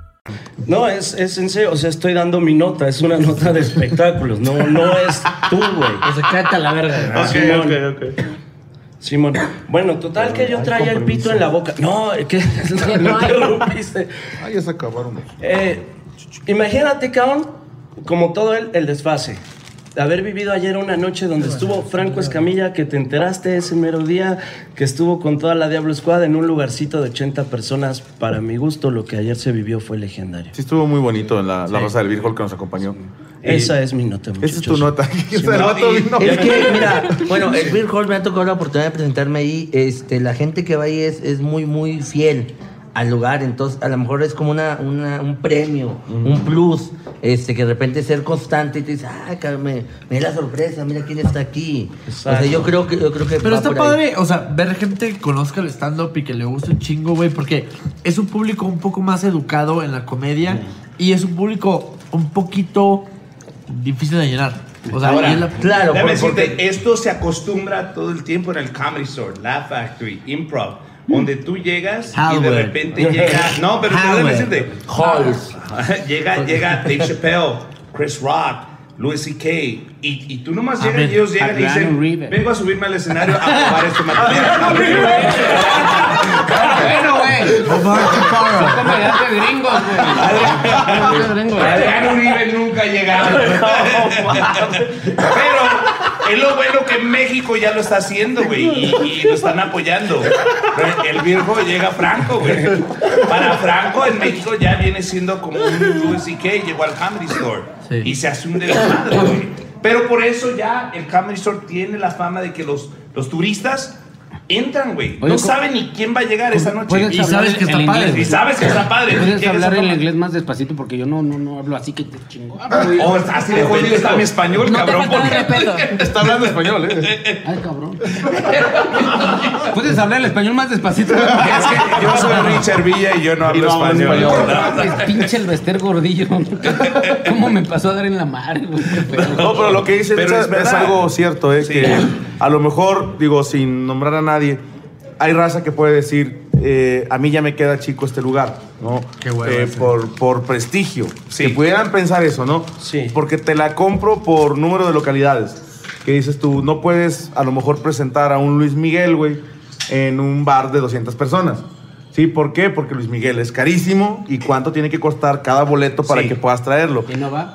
No, es, es en serio, o sea, estoy dando mi nota, es una nota de espectáculos, no, no es tú, güey. O sea, cállate a Pues la verga. Ok, Simón. ok, ok. Simón. Bueno, total que yo traía el pito en la boca. No, que no te rompiste. Ah, ya se acabaron. Eh, imagínate, cabrón, como todo el, el desfase. haber vivido ayer una noche donde estuvo Franco Escamilla, que te enteraste ese mero día, que estuvo con toda la Diablo Squad en un lugarcito de 80 personas. Para mi gusto, lo que ayer se vivió fue legendario. Sí, estuvo muy bonito en la, la Rosa del Virgo que nos acompañó. Esa es mi nota, Esa es tu nota. Sí, Esa no, nota, y- no. Es que, mira, bueno, el Beer Hall me ha tocado la oportunidad de presentarme ahí. Este, la gente que va ahí es, es muy, muy fiel al lugar. Entonces, a lo mejor es como una, una- un premio, un plus. Este, que de repente ser constante y te dice, ah, cabrón, me, me da la sorpresa, mira quién está aquí. O sea, yo creo que, yo creo que Pero va está por ahí. padre, o sea, ver gente que conozca el stand-up y que le guste un chingo, güey, porque es un público un poco más educado en la comedia y es un público un poquito difícil de llenar. O sea, Ahora, y es la- déjame decirte, esto se acostumbra todo el tiempo en el Comedy Store, Laugh Factory, Improv, donde tú llegas y de Howard. repente llega. No, pero pero Howard. déjame decirte. Halls. llega, llega Dave Chappelle, Chris Rock, Louis C.K. Y, y tú nomás A llegas ver, y ellos llegan y Adriano dicen: Vengo a subirme al escenario a probar este material. Bueno, güey. Son comediantes gringos, güey. Adrián Uribe nunca ha llegado. Pero es lo bueno que México ya lo está haciendo, güey. Y, y lo están apoyando. El viejo llega Franco, güey. Para Franco en México ya viene siendo como un Louis C.K. Llegó al Comedy Store. Y se hace un desmadre, güey. Pero por eso ya el Comedy Store tiene la fama de que los, los turistas entran, güey. Oye, No saben ni quién va a llegar esa noche. Puedes hablar en inglés. Y sabes que está padre. Puedes Llegas a hablar el Roma. inglés más despacito porque yo no, no, no hablo así que te chingo. Ah, Oh, así de jodido está mi español, cabrón. Está hablando español, ¿eh? Ay, cabrón. Puedes hablar el español más despacito. es que yo soy Richard Villa y yo no hablo español. pinche el Bester gordillo. ¿Cómo me pasó a dar en la madre? güey? No, pero lo que dice Pero Richard es es, verdad. algo cierto, es que a lo mejor, digo, sin nombrar a nadie, hay raza que puede decir, eh, a mí ya me queda chico este lugar, ¿no? Eh, por, por prestigio. Si pudieran pensar eso, ¿no? Sí. Porque te la compro por número de localidades. Que dices tú, no puedes a lo mejor presentar a un Luis Miguel, güey, en un bar de 200 personas. Sí, ¿por qué? Porque Luis Miguel es carísimo y cuánto tiene que costar cada boleto para que puedas traerlo.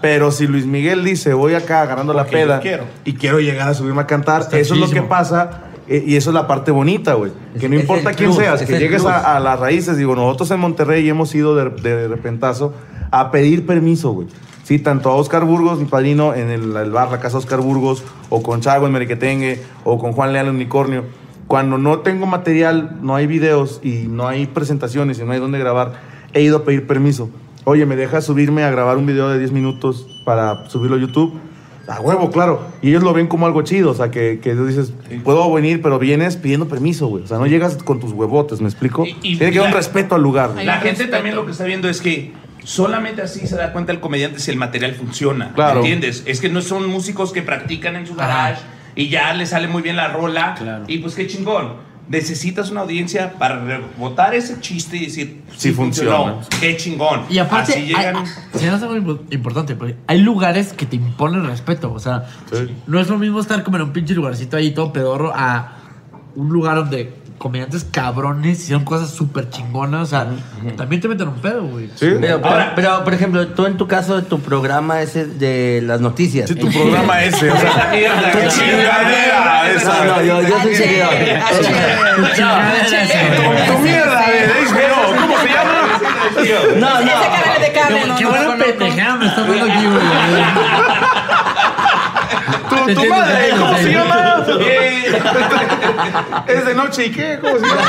Pero si Luis Miguel dice, voy acá agarrando Porque la yo peda quiero. y quiero llegar a subirme a cantar, Está eso es lo chidísimo. que pasa eh, y eso es la parte bonita, güey. Que no es importa el quién plus, seas, es que el llegues plus. a, a las raíces. Digo, nosotros en Monterrey hemos ido de, de repentazo a pedir permiso, güey. Sí, tanto a Oscar Burgos, mi padrino, en el, el bar, la casa Oscar Burgos, o con Chago en Merequetengue, o con Juan Leal en Unicornio. Cuando no tengo material, no hay videos y no hay presentaciones y no hay dónde grabar, he ido a pedir permiso. Oye, ¿me dejas subirme a grabar un video de 10 minutos para subirlo a YouTube? A huevo, claro. Y ellos lo ven como algo chido, o sea, que, que tú dices, puedo venir, pero vienes pidiendo permiso, güey. O sea, no llegas con tus huevotes, ¿me explico? y Tiene que haber un la- respeto al lugar. güey. La gente también lo que está viendo es que solamente así se da cuenta el comediante si el material funciona. Claro. ¿Entiendes? Es que no son músicos que practican en su garage y ya le sale muy bien la rola. Y pues qué chingón. Necesitas una audiencia para rebotar ese chiste y decir Sí funcionó. funciona. Qué chingón. Y aparte, Así llegan. hay- se me hace algo impo- importante, porque hay lugares que te imponen respeto. O sea, no es lo mismo estar como en un pinche lugarcito ahí todo pedorro a un lugar donde comediantes cabrones hicieron cosas súper chingonas. O sea, también te meten un pedo, güey. Pero, pero- pero, por ejemplo, tú en tu caso, tu programa ese de las noticias. tu programa ese, o sea, mierda, qué chingadera esa. No, no, yo, yo soy seguidor. Tu- tu mierda de HBO, ¿cómo se llama? No, no. Qué, qué buena pendejada me está dando aquí, güey. Tu, tu madre, ¿cómo se llama? Eh, es de noche y qué, ¿cómo se llama?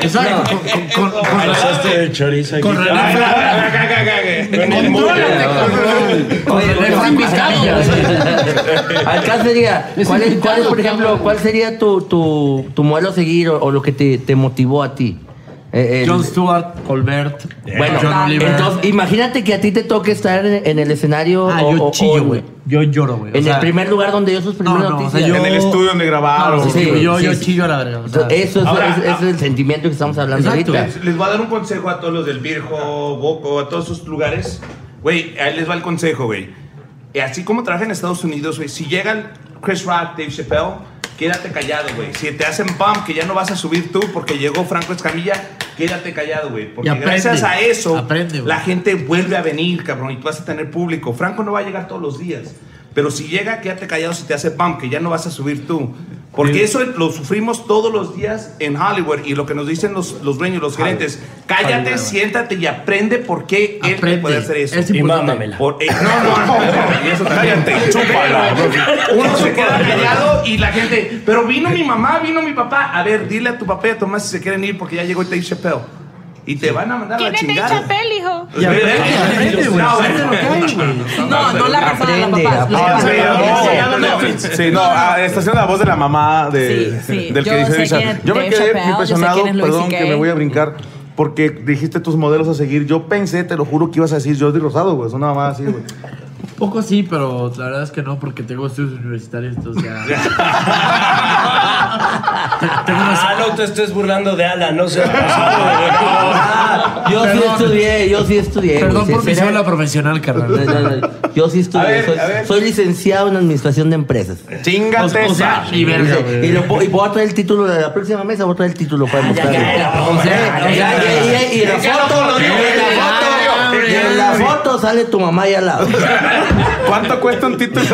Eso hay con, con, con, con, con- Pasaste de chorizo aquí. con René Franco. Con René Franco Escamilla. Acá sería, Es ¿cuál es, invitado, cuál es, por ejemplo, cabrón. cuál sería tu, tu, tu modelo a seguir o, o lo que te, te motivó a ti? Eh, el- John Stewart, Colbert, bueno, John Oliver. entonces, imagínate que a ti te toque estar en, en el escenario Ah, o- yo o- chillo, o- güey. Yo lloro, güey. O en sea, el primer lugar donde dio sus primeras no, o noticias. sea, yo- En el estudio donde grabaron. Sí, Sí, yo- sí, yo sí. chillo a la verga, o sea. ah, Eso es, Ahora, es- es el sentimiento que estamos hablando ahorita. Les, les voy a dar un consejo a todos los del Virgo, Boco, a todos esos lugares. Güey, ahí les va el consejo, güey. Eh, Así como trabaja en Estados Unidos, güey, si llegan Chris Rock, Dave Chappelle, quédate callado, güey. Si te hacen pump que ya no vas a subir tú porque llegó Franco Escamilla, quédate callado, güey. Porque Y aprende, gracias a eso, aprende, güey. la gente vuelve a venir, cabrón, y tú vas a tener público. Franco no va a llegar todos los días. Pero si llega, quédate callado si te hace pam, que ya no vas a subir tú. Porque eso lo sufrimos todos los días en Hollywood y lo que nos dicen los, los dueños, los gerentes, cállate, Hollywood. siéntate y aprende por qué él te puede hacer eso. Es Y importante. mámamela. Por- eh, no, no, no, no, y eso también. Cállate, chúpala. Uno se queda callado y la gente, pero vino mi mamá, vino mi papá. A ver, dile a tu papá y a tu mamá si se quieren ir porque ya llegó Dave Chappelle. Y te van a mandar a la ¿Quién es Dave chingada. Chappelle, hijo? Y aprende, aprende, güey. No, Aprende lo que hay, No, no la razón de los papás. los Ah, papás. sí, no, no, no. Sí, no, ah, está haciendo la voz de la mamá de, sí. del Yo que dice sé Richard. quién es Yo me Dave quedé Chappelle, yo sé impresionado, quién es Louis perdón CK. que me voy a brincar, porque dijiste tus modelos a seguir. Yo pensé, te lo juro, que ibas a decir Jordi Rosado, güey. Es una mamá así, güey. Un poco sí, pero la verdad es que no, porque tengo estudios universitarios, entonces ya. Ah, no te estés burlando de Alan, no seas Ah, Yo sí estudié, yo sí estudié. Perdón güey, por mi sí, cédula profesional, carnal. No, no, no, Yo sí estudié. A ver, soy, a ver. soy licenciado en administración de empresas. Chingate O- o sea, esa. ni verga, güey. Ah, y, lo po- y voy a traer el título de la próxima mesa, voy a traer el título para mostrar. Y la foto, y en la foto sale tu mamá ahí al lado. ¿Cuánto cuesta un título?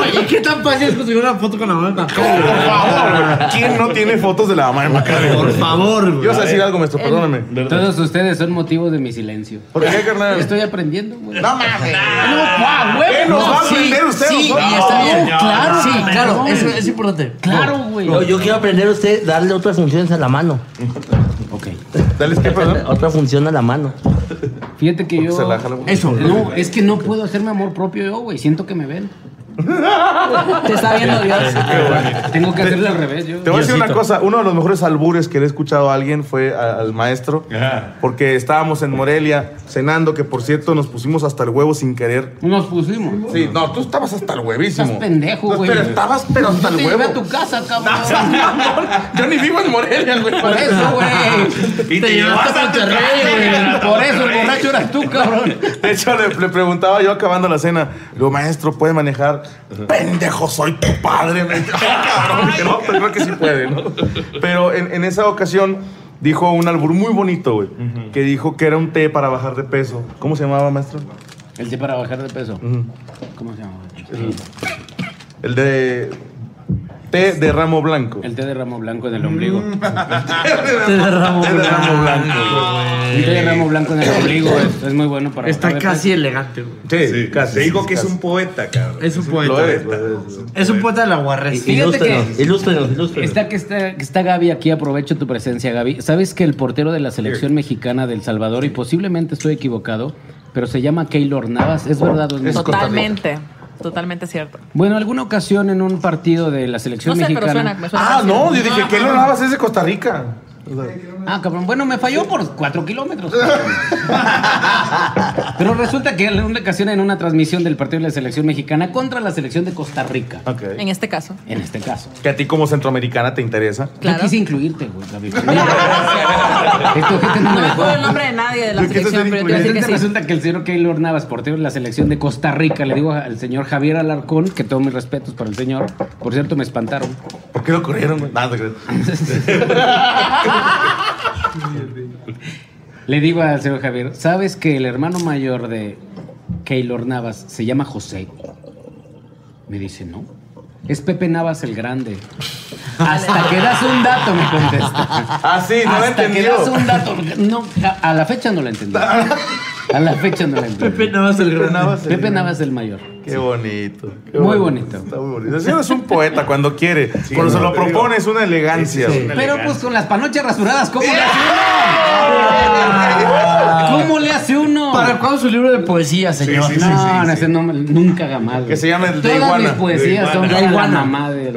Oye, ¿qué tan fácil es conseguir una foto con la mamá de Macao, güey? Por favor, güey. ¿quién no tiene fotos de la mamá de Macario? Por favor, güey. Yo os a decir algo, maestro, perdóname. Todos ustedes son motivos de mi silencio. ¿Por qué, carnal? Estoy aprendiendo, güey. No mames. ¡Ah, güey! ¿Qué nos va a aprender usted? Sí, doctor? y está bien. No, claro, sí, no, claro. no. Eso es importante. Claro, güey. Yo, yo quiero aprender a usted darle otras funciones a la mano. Ok. ¿Dales qué, perdón? Otra función a la mano. Fíjate que yo. Se la jala un poquito. Eso. No, es que no puedo hacerme amor propio yo, güey. Siento que me ven. Te está viendo Dios. Tengo que hacerlo al revés, yo. Te voy a decir una Diosito. cosa, uno de los mejores albures que le he escuchado a alguien fue a- al maestro, Ajá. porque estábamos en Morelia cenando, que por cierto nos pusimos hasta el huevo sin querer. Nos pusimos. Sí, no, tú estabas hasta el huevísimo. Estás pendejo, No, güey. Pero estabas pero Yo hasta el te llevé a huevo. tu casa, cabrón. Yo ni vivo en Morelia, güey. Por eso, güey. Y Te llevaste a Monterrey, güey. Por eso el borracho eras tú, cabrón. De hecho, le, le preguntaba yo acabando la cena, le digo, maestro, ¿puede manejar? Pendejo, soy tu padre. me- Ah, cabrón, dije, no, pero creo que sí puede, ¿no? Pero en, en esa ocasión dijo un albur muy bonito, güey, que dijo que era un té para bajar de peso. ¿Cómo se llamaba, maestro? El té para bajar de peso. ¿Cómo se llama? güey? El de té de ramo blanco. El té de ramo blanco en el ombligo. Te derramo, Té de ramo güey. blanco. El té de ramo blanco en el ombligo es, es muy bueno para. Está bajar de casi elegante, güey. Sí, Sí, casi. Te digo sí, que es casi. un poeta, cabrón. Es un Lo poeta. eres, lo eres. Es un poeta de la guarrería. Fíjate que- Ilústrenos, ilústrenos, ilústrenos. Está que está, que está Gaby aquí, aprovecho tu presencia, Gaby. ¿Sabes que el portero de la selección mexicana del Salvador, y posiblemente estoy equivocado, pero se llama Keylor Navas, ¿es verdad o no? Totalmente. Totalmente cierto. Bueno, alguna ocasión en un partido de la No selección sé, pero suena. mexicana. me suena Ah, fácil. no, yo dije, ¿qué lo lavas? Es de Costa Rica. O sea, Ah, cabrón. Bueno, me falló por cuatro kilómetros. pero resulta que en una ocasión en una transmisión del partido de la selección mexicana contra la selección de Costa Rica, ok. En este caso. en este caso. Que a ti como centroamericana te interesa. Claro. Yo quise incluirte, güey, Gaby. Esto gente no No me me dejó. acuerdo el nombre de nadie de la Yo quise selección, ser pero te voy a decir Entonces que sí. resulta que el señor Keylor Navas, portero de la selección de Costa Rica, le digo al señor Javier Alarcón, que todos mis respetos para el señor, por cierto, me espantaron. ¿Por qué lo corrieron? güey? Nada, güey. Le digo al señor Javier, ¿sabes que el hermano mayor de Keylor Navas se llama José? Me dice, no. Es Pepe Navas el Grande. Hasta que das un dato, me contesta. Ah, sí, no lo Hasta que entendió. das un dato. No, a a la fecha no la entendí. A la fecha no la entendí. Pepe Navas el granado. Navas, Pepe sí. Navas el mayor. Qué bonito. qué Muy bonito. Está muy bonito. El señor es un poeta cuando quiere. cuando se no, lo te digo. propone es una elegancia. güey. Pero pues con las panochas rasuradas, ¿cómo le hace Ah. uno? ¿Cómo le hace uno? ¿Para cuándo su libro de poesía, señor? Sí, sí, no, sí, sí, no, sí. ese no, me- nunca jamás. Que se llame el de Todas iguana. mis poesías De son iguana. para De la iguana. mamá de...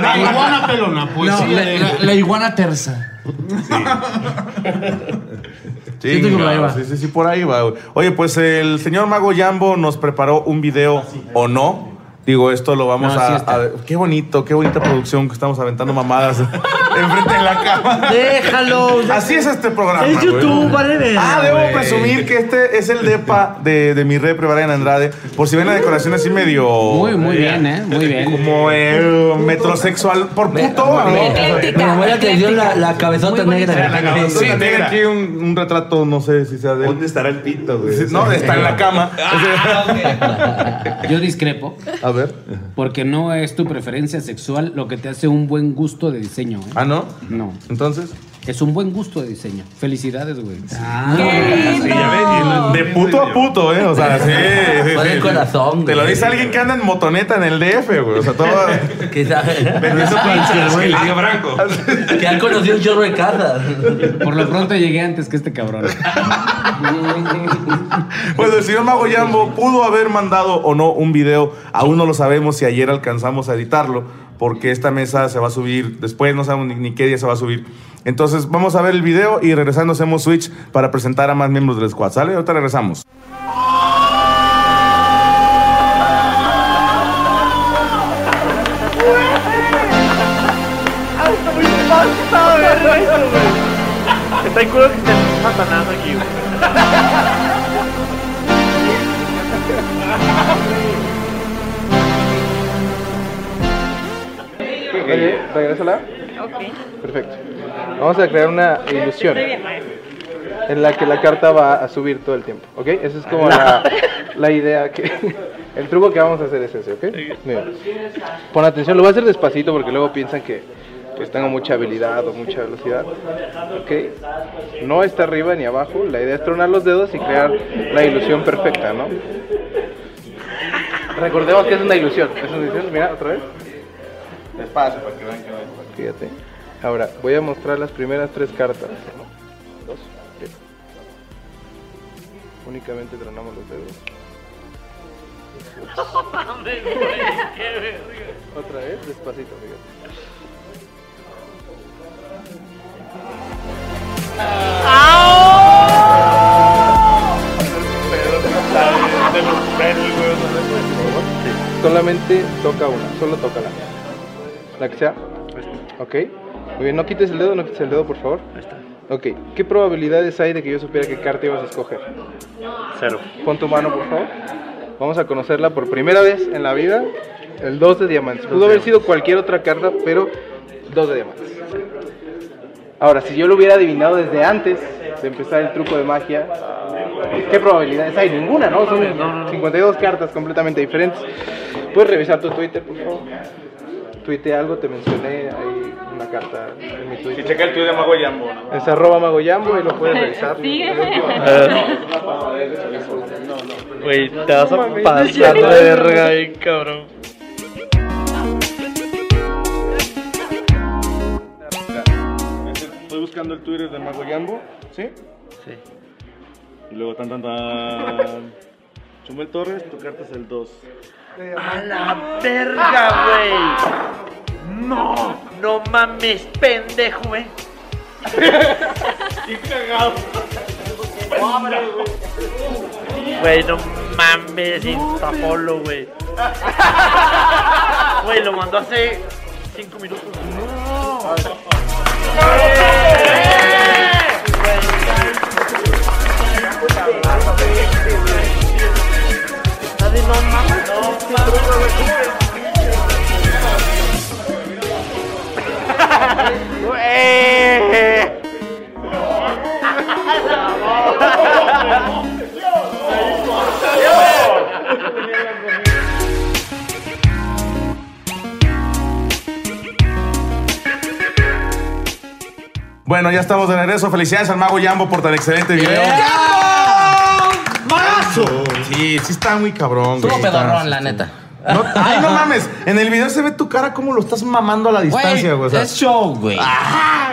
La iguana pelona, pues. No, sí, la, de- la- la iguana terza. Chinga, Siento que por ahí va. Sí, sí, sí, por ahí va. güey. Oye, pues el señor Mago Jambo nos preparó un video o no. Digo, esto lo vamos No, a, sí está. a- Qué bonito, qué bonita producción que estamos aventando mamadas enfrente de la cámara. Déjalo. Así es este programa. Es güey. YouTube, vale verga, Ah, debo güey. presumir decir que este es el depa de, de mi repre Brian Andrade. Por si ven la decoración así medio. Muy, muy bien, ¿eh? Muy bien. Como eh, metrosexual. Por puto. ¿no? Me llamó la atención la, la cabezota negra. Sí, tiene aquí un, un retrato, no sé si sea de. ¿Dónde estará el pito, güey? No, está en la cama. Yo discrepo. A ver. Porque no es tu preferencia sexual lo que te hace un buen gusto de diseño. ¿eh? ¿Ah, no? No. Entonces. Es un buen gusto de diseño. Felicidades, güey. Ah, Ah, Ah, Sí, ya ves, y lo- De puto a puto, ¿eh? O sea, sí. sí, Por el sí. corazón, Te lo güey. dice alguien que anda en motoneta en el DF, güey. O sea, todo. Quizás. Beneficio cualquier, güey. El tío Franco. Que han conocido un chorro de casas. Por lo pronto llegué antes que este cabrón. Bueno, Pues el señor Mago Yambo pudo haber mandado o no un video. Aún no lo sabemos si ayer alcanzamos a editarlo, porque esta mesa se va a subir después, no sabemos ni, ni qué día se va a subir. Entonces, vamos a ver el video y regresando hacemos switch para presentar a más miembros del squad. ¿Sale? Ahorita regresamos. Está en culo que te satanás aquí, güey. Oye, regrésala. Ok. Perfecto. Vamos a crear una ilusión Estoy bien, maestro. en la que la carta va a subir todo el tiempo, ¿ok? Esa es como la, la idea que... El truco que vamos a hacer es ese, ¿ok? Muy bien. Pon atención, lo voy a hacer despacito porque luego piensan que pues tengo mucha habilidad o mucha velocidad, ¿ok? No está arriba ni abajo, la idea es tronar los dedos y crear la ilusión perfecta, ¿no? Recordemos que es una ilusión, es una ilusión, mira, otra vez. Despacio para que vean que no hay Fíjate. Ahora, voy a mostrar las primeras tres cartas. Uno, dos, tres. Únicamente tronamos los dedos. Otra vez, despacito, fíjate. Solamente toca una, solo toca la La que sea. Ok. Muy bien, no quites el dedo, no quites el dedo, por favor. Ahí está. Ok, ¿qué probabilidades hay de que yo supiera qué carta ibas a escoger? Cero. Pon tu mano, por favor. Vamos a conocerla por primera vez en la vida. El 2 de diamantes. Pudo haber sido cualquier otra carta, pero 2 de diamantes. Ahora, si yo lo hubiera adivinado desde antes de empezar el truco de magia, ¿qué probabilidades hay? Ninguna, ¿no? Son 52 cartas completamente diferentes. ¿Puedes revisar tu Twitter, por favor? Tuite algo, te mencioné ahí una carta en mi Twitter. checa el tuyo de Mago Yambo. Es arroba magoyambo y lo puedes revisar. Eh, Güey, te vas No a mames. pasar de verga, bien cabrón. Estoy buscando el Twitter de Mago Yambo, ¿sí? Sí. Y luego tan tan tan. Chumel Torres, tu carta es el 2. ¡A la verga, güey! ¡No! ¡No mames, pendejo, eh. güey! ¡Qué cagado! Güey, no mames, Instapolo, güey. Güey, lo mandó hace 5 minutos. ¡No! ¡Güey! Bueno, ya estamos de regreso. Felicidades al Mago Yambo por tan excelente video. ¡Magazo! Sí, sí está muy cabrón. güey. Estuvo Está- pedorrón, la neta. No- ay, no mames. En el video se ve tu cara como lo estás mamando a la distancia, güey. o sea. Ah, Es show, güey.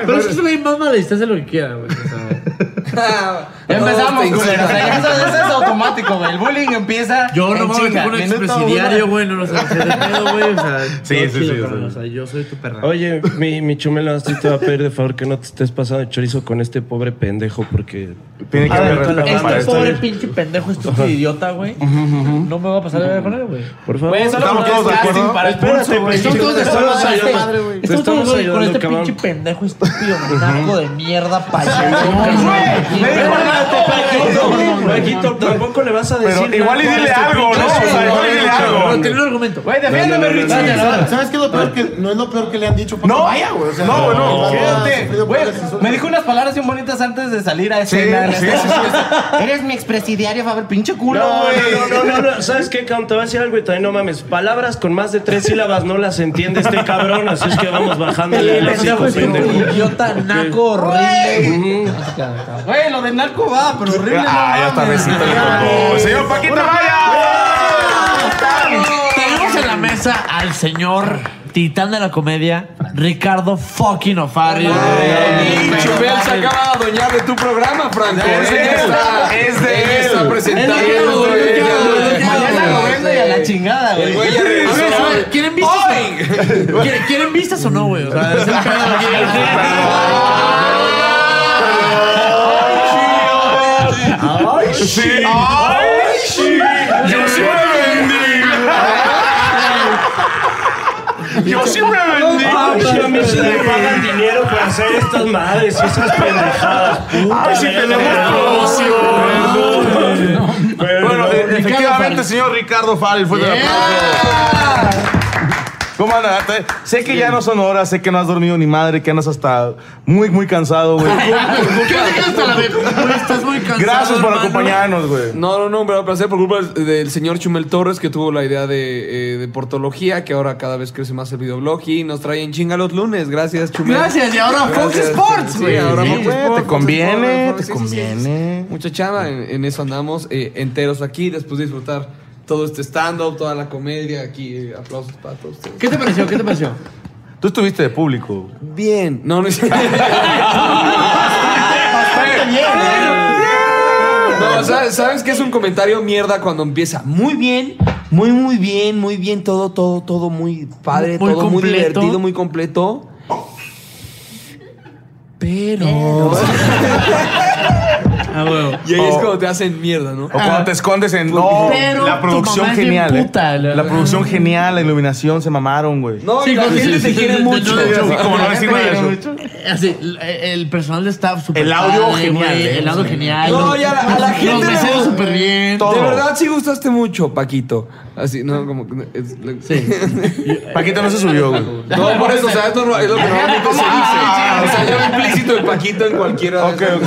Pero es que se ve mama a la distancia lo que quiera, güey. o sea. Ya empezamos, güey. culero. O sea, ya eso- eso es automático, güey. El bullying empieza. Yo no mames, tengo un expresidiario, güey, no lo sé hacer de pedo, güey. O sea, Sí, todo chido, sí, sí, cabrón, sí. O sea, yo soy tu perra. Oye, mi, mi chumelo, así te va a pedir de favor que no te estés pasando de chorizo con este pobre pendejo porque... Tiene que A haber ver, respeto este para esto. pobre pinche pendejo, estúpido idiota, güey. No me va a pasar de ver con él, güey. Por favor. Güey, solo Estamos porque todos es de casting acuerdo. para el pulso, güey. Estamos todos de acuerdo, Estamos madre, ayudando, güey. Estamos Te estamos todos de acuerdo con ayudando, este cabrón. pinche pendejo estúpido, naco de mierda, payaso. Güey, cabrón. me dijo naco, Payaso, güey. Víctor, tampoco le vas a decir. Pero igual y nada. dile Este algo, pinche- ¿no? O sea, igual y dile algo. No, tiene un argumento. Güey, No, defiéndeme, no, no, Richie. no, Ah. no, no. ¿Sabes qué es lo peor que no es lo peor que le han dicho? Paco? No. vaya, güey. O sea, No, no, el vato ha fíjate, sufrido güey, varios insultos. Me dijo unas palabras bien bonitas antes de salir a Sí, escena. sí, sí, sí. Eres mi expresidiario, Faber, pinche culo, este No, güey. no, no, no, no, ¿sabes qué, Cam? Te voy a decir algo y también no mames. Palabras con más de tres sílabas no las entiende este cabrón, así es que vamos bajándole el hocico, pendejo. Idiota, naco, horrible. Güey, lo de narco va, pero horrible. Ah, ya está, besito le tocó. Señor Paquito Maya. Tenemos en la mesa al señor titán de la comedia, Ricardo fucking O'Farrill. Chupel se acaba de adueñar de tu programa, Franco. Es de Ella él. está- Es ella de está él. presentando. Es de él, Es de es de ella. él. Mañana lo vendo y a la chingada, El güey ya A ver, regresó. a ver, ¿quieren vistas? Oh. o- ¿Quieren- ¿Quieren vistas o no, güey? O sea, es el pedo aquí. Ay, sí. Ay, sí. Yo sí me vendí. Yo sí me vendí. a mí sí me pagan dinero para hacer estas madres y esas pendejadas. Ay, si tenemos promoción. Bueno, eh, efectivamente, Farril. señor Ricardo Farril, fuerte el aplauso. ¿Cómo andan? Te- Sé que ya no son horas, sé que no has dormido ni madre, que andas hasta muy, muy cansado, güey. Estás muy cansado. Gracias por hermano. acompañarnos, güey. No, no, no, un verdadero placer por culpa del señor Chumel Torres que tuvo la idea de, eh, de portología, que ahora cada vez crece más el videoblog y nos trae en chinga los lunes. Gracias, Chumel. Gracias, y ahora Fox Gracias. Sports, Sí, güey. ahora Sí, Fox güey, Sports, te Fox conviene, Sports, te Fox- sí, sí, sí, sí. conviene. Mucha chava, en, en eso andamos eh, enteros aquí, después de disfrutar todo este stand-up, toda la comedia aquí. eh, aplausos para todos ustedes. ¿Qué te pareció? ¿Qué te pareció? Tú estuviste de público. Bien. No, no es ¿eh? No, ¿sabes, sabes que es un comentario mierda cuando empieza? Muy bien, muy, muy bien, muy bien, todo, todo, todo muy padre, Muy todo muy completo. divertido, muy completo. Pero. Y ahí es cuando te hacen mierda, ¿no? Pues, O cuando te escondes en. No, Pero la tu producción mamá es bien genial. eh. puta, la- la, producción genial, la iluminación, se mamaron, güey. No, y la pues, gente te quiere mucho. Así como no decir nada de eso. Eh, Así, el personal de staff super El audio genial, eh. el audio genial. No, los- ya a la gente. Los le meseros gusta. súper bien. De verdad, sí gustaste mucho, Paquito. Así, no, como. Sí. Paquito no se subió, güey. No, por eso, o sea, es, normal, es lo que normalmente se dice. Ah, O sea, yo implícito el Paquito en cualquiera. Ok, ok.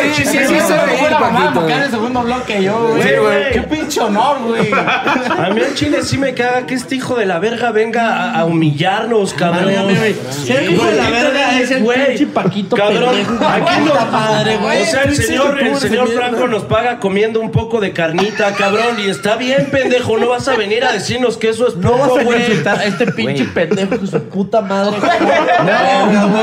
sí, sí, sí, sí, se Fue reía el la mamá Paquito. porque era ¿eh? el segundo bloque yo, güey. Sí, güey. Qué pinche honor, güey. A mí el chile sí me caga que este hijo de la verga venga a, a humillarnos, cabrón. Válgame, güey. Sí, Ser hijo de la güey. verga es el Güey, pinche Paquito Cabrón, pendejo. aquí Aquí no. está padre, güey. O sea, el Tú hiciste señor, tu el pobre señor mierda. Franco nos paga comiendo un poco de carnita, cabrón. Y está bien, pendejo. No vas a venir a decirnos que eso es No vas a insultar insultar a este pinche pendejo que su puta madre.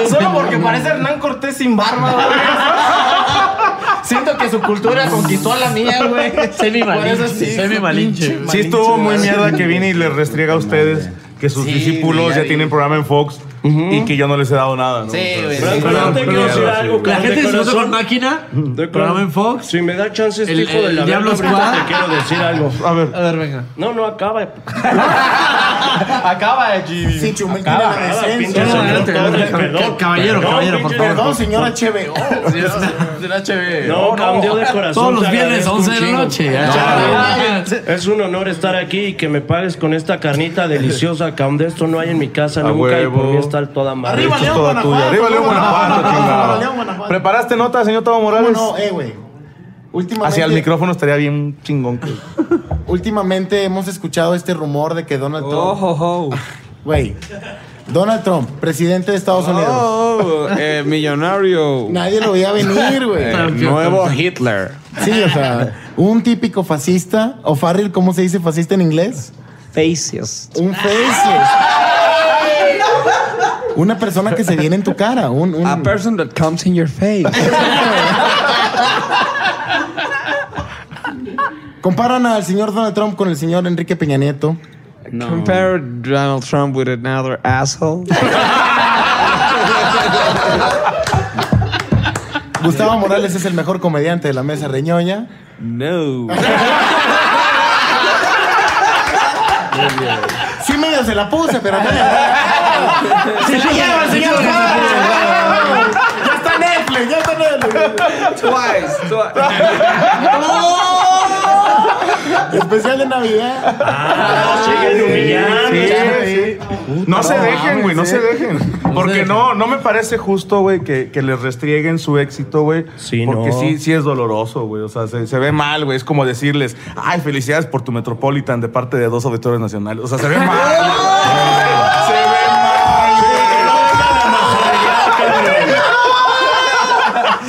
Solo porque parece Hernán Cortés sin barba, güey. Siento que su cultura conquistó la mía, güey. Semi malinche, semi malinche. Sí estuvo muy mierda que vine y les restriega a ustedes que sus discípulos ya tienen programa en Fox y que yo no les he dado nada. ¿no? Entonces, Franco, pero- yo te pero- quiero decir pero- algo, La cabrón, gente de disfruta corazón. con máquina. De Programa en Fox. Si me da chance este El- hijo de el la Diablo verga, ahorita Squad. te quiero decir algo. A ver. A ver, venga. No, no, acaba. Acaba de Jimmy. Sí, Chumel tiene Acaba, la acaba, decencia. pinche No, señor adelante, Torres, adelante, perdón. caballero, caballero, Perdón, caballero, pinche- por favor. Perdón, señor HBO. No, cambio de corazón. Todos los te viernes, agradezco 11 un de la chingo. noche. No, Ah, no, no. Es un honor estar aquí y que me pagues con esta carnita deliciosa. Cam, de esto no hay en mi casa A nunca y por huevo. mí está toda madre. Arriba, León, Guanajuato. Arriba, León, Guanajuato, chingado. ¿Preparaste nota, señor Tavo Morales? No, eh, güey. Últimamente, Hacia el micrófono estaría bien chingón. que- últimamente hemos escuchado este rumor de que Donald Oh, Trump. Güey. Donald Trump, presidente de Estados Unidos. Oh, eh, millonario. Nadie lo veía venir, güey. Eh, nuevo Hitler. Sí, o sea, un típico fascista. O Farrell, ¿cómo se dice fascista en inglés? Facios. Un facios. Una persona que se viene en tu cara. Un, un... A person that comes in your face. Comparan al señor Donald Trump con el señor Enrique Peña Nieto. Compare Donald Trump with another asshole. Gustavo Morales es el mejor comediante de la mesa reñoña. No. Sí, medio se la puse, pero no. Se la lleva el señor Juárez. Ya está Netflix, ya está Netflix. Twice, Especial de Navidad. Ah, No se No mames, dejen, güey, no eh. se dejen. Porque no, no me parece justo, güey, que, que les restrieguen su éxito, güey. Sí, Porque no. sí, sí es doloroso, güey. O sea, se, se ve mal, güey. Es como decirles, ay, felicidades por tu Metropolitan de parte de dos auditores nacionales. O sea, se ve mal.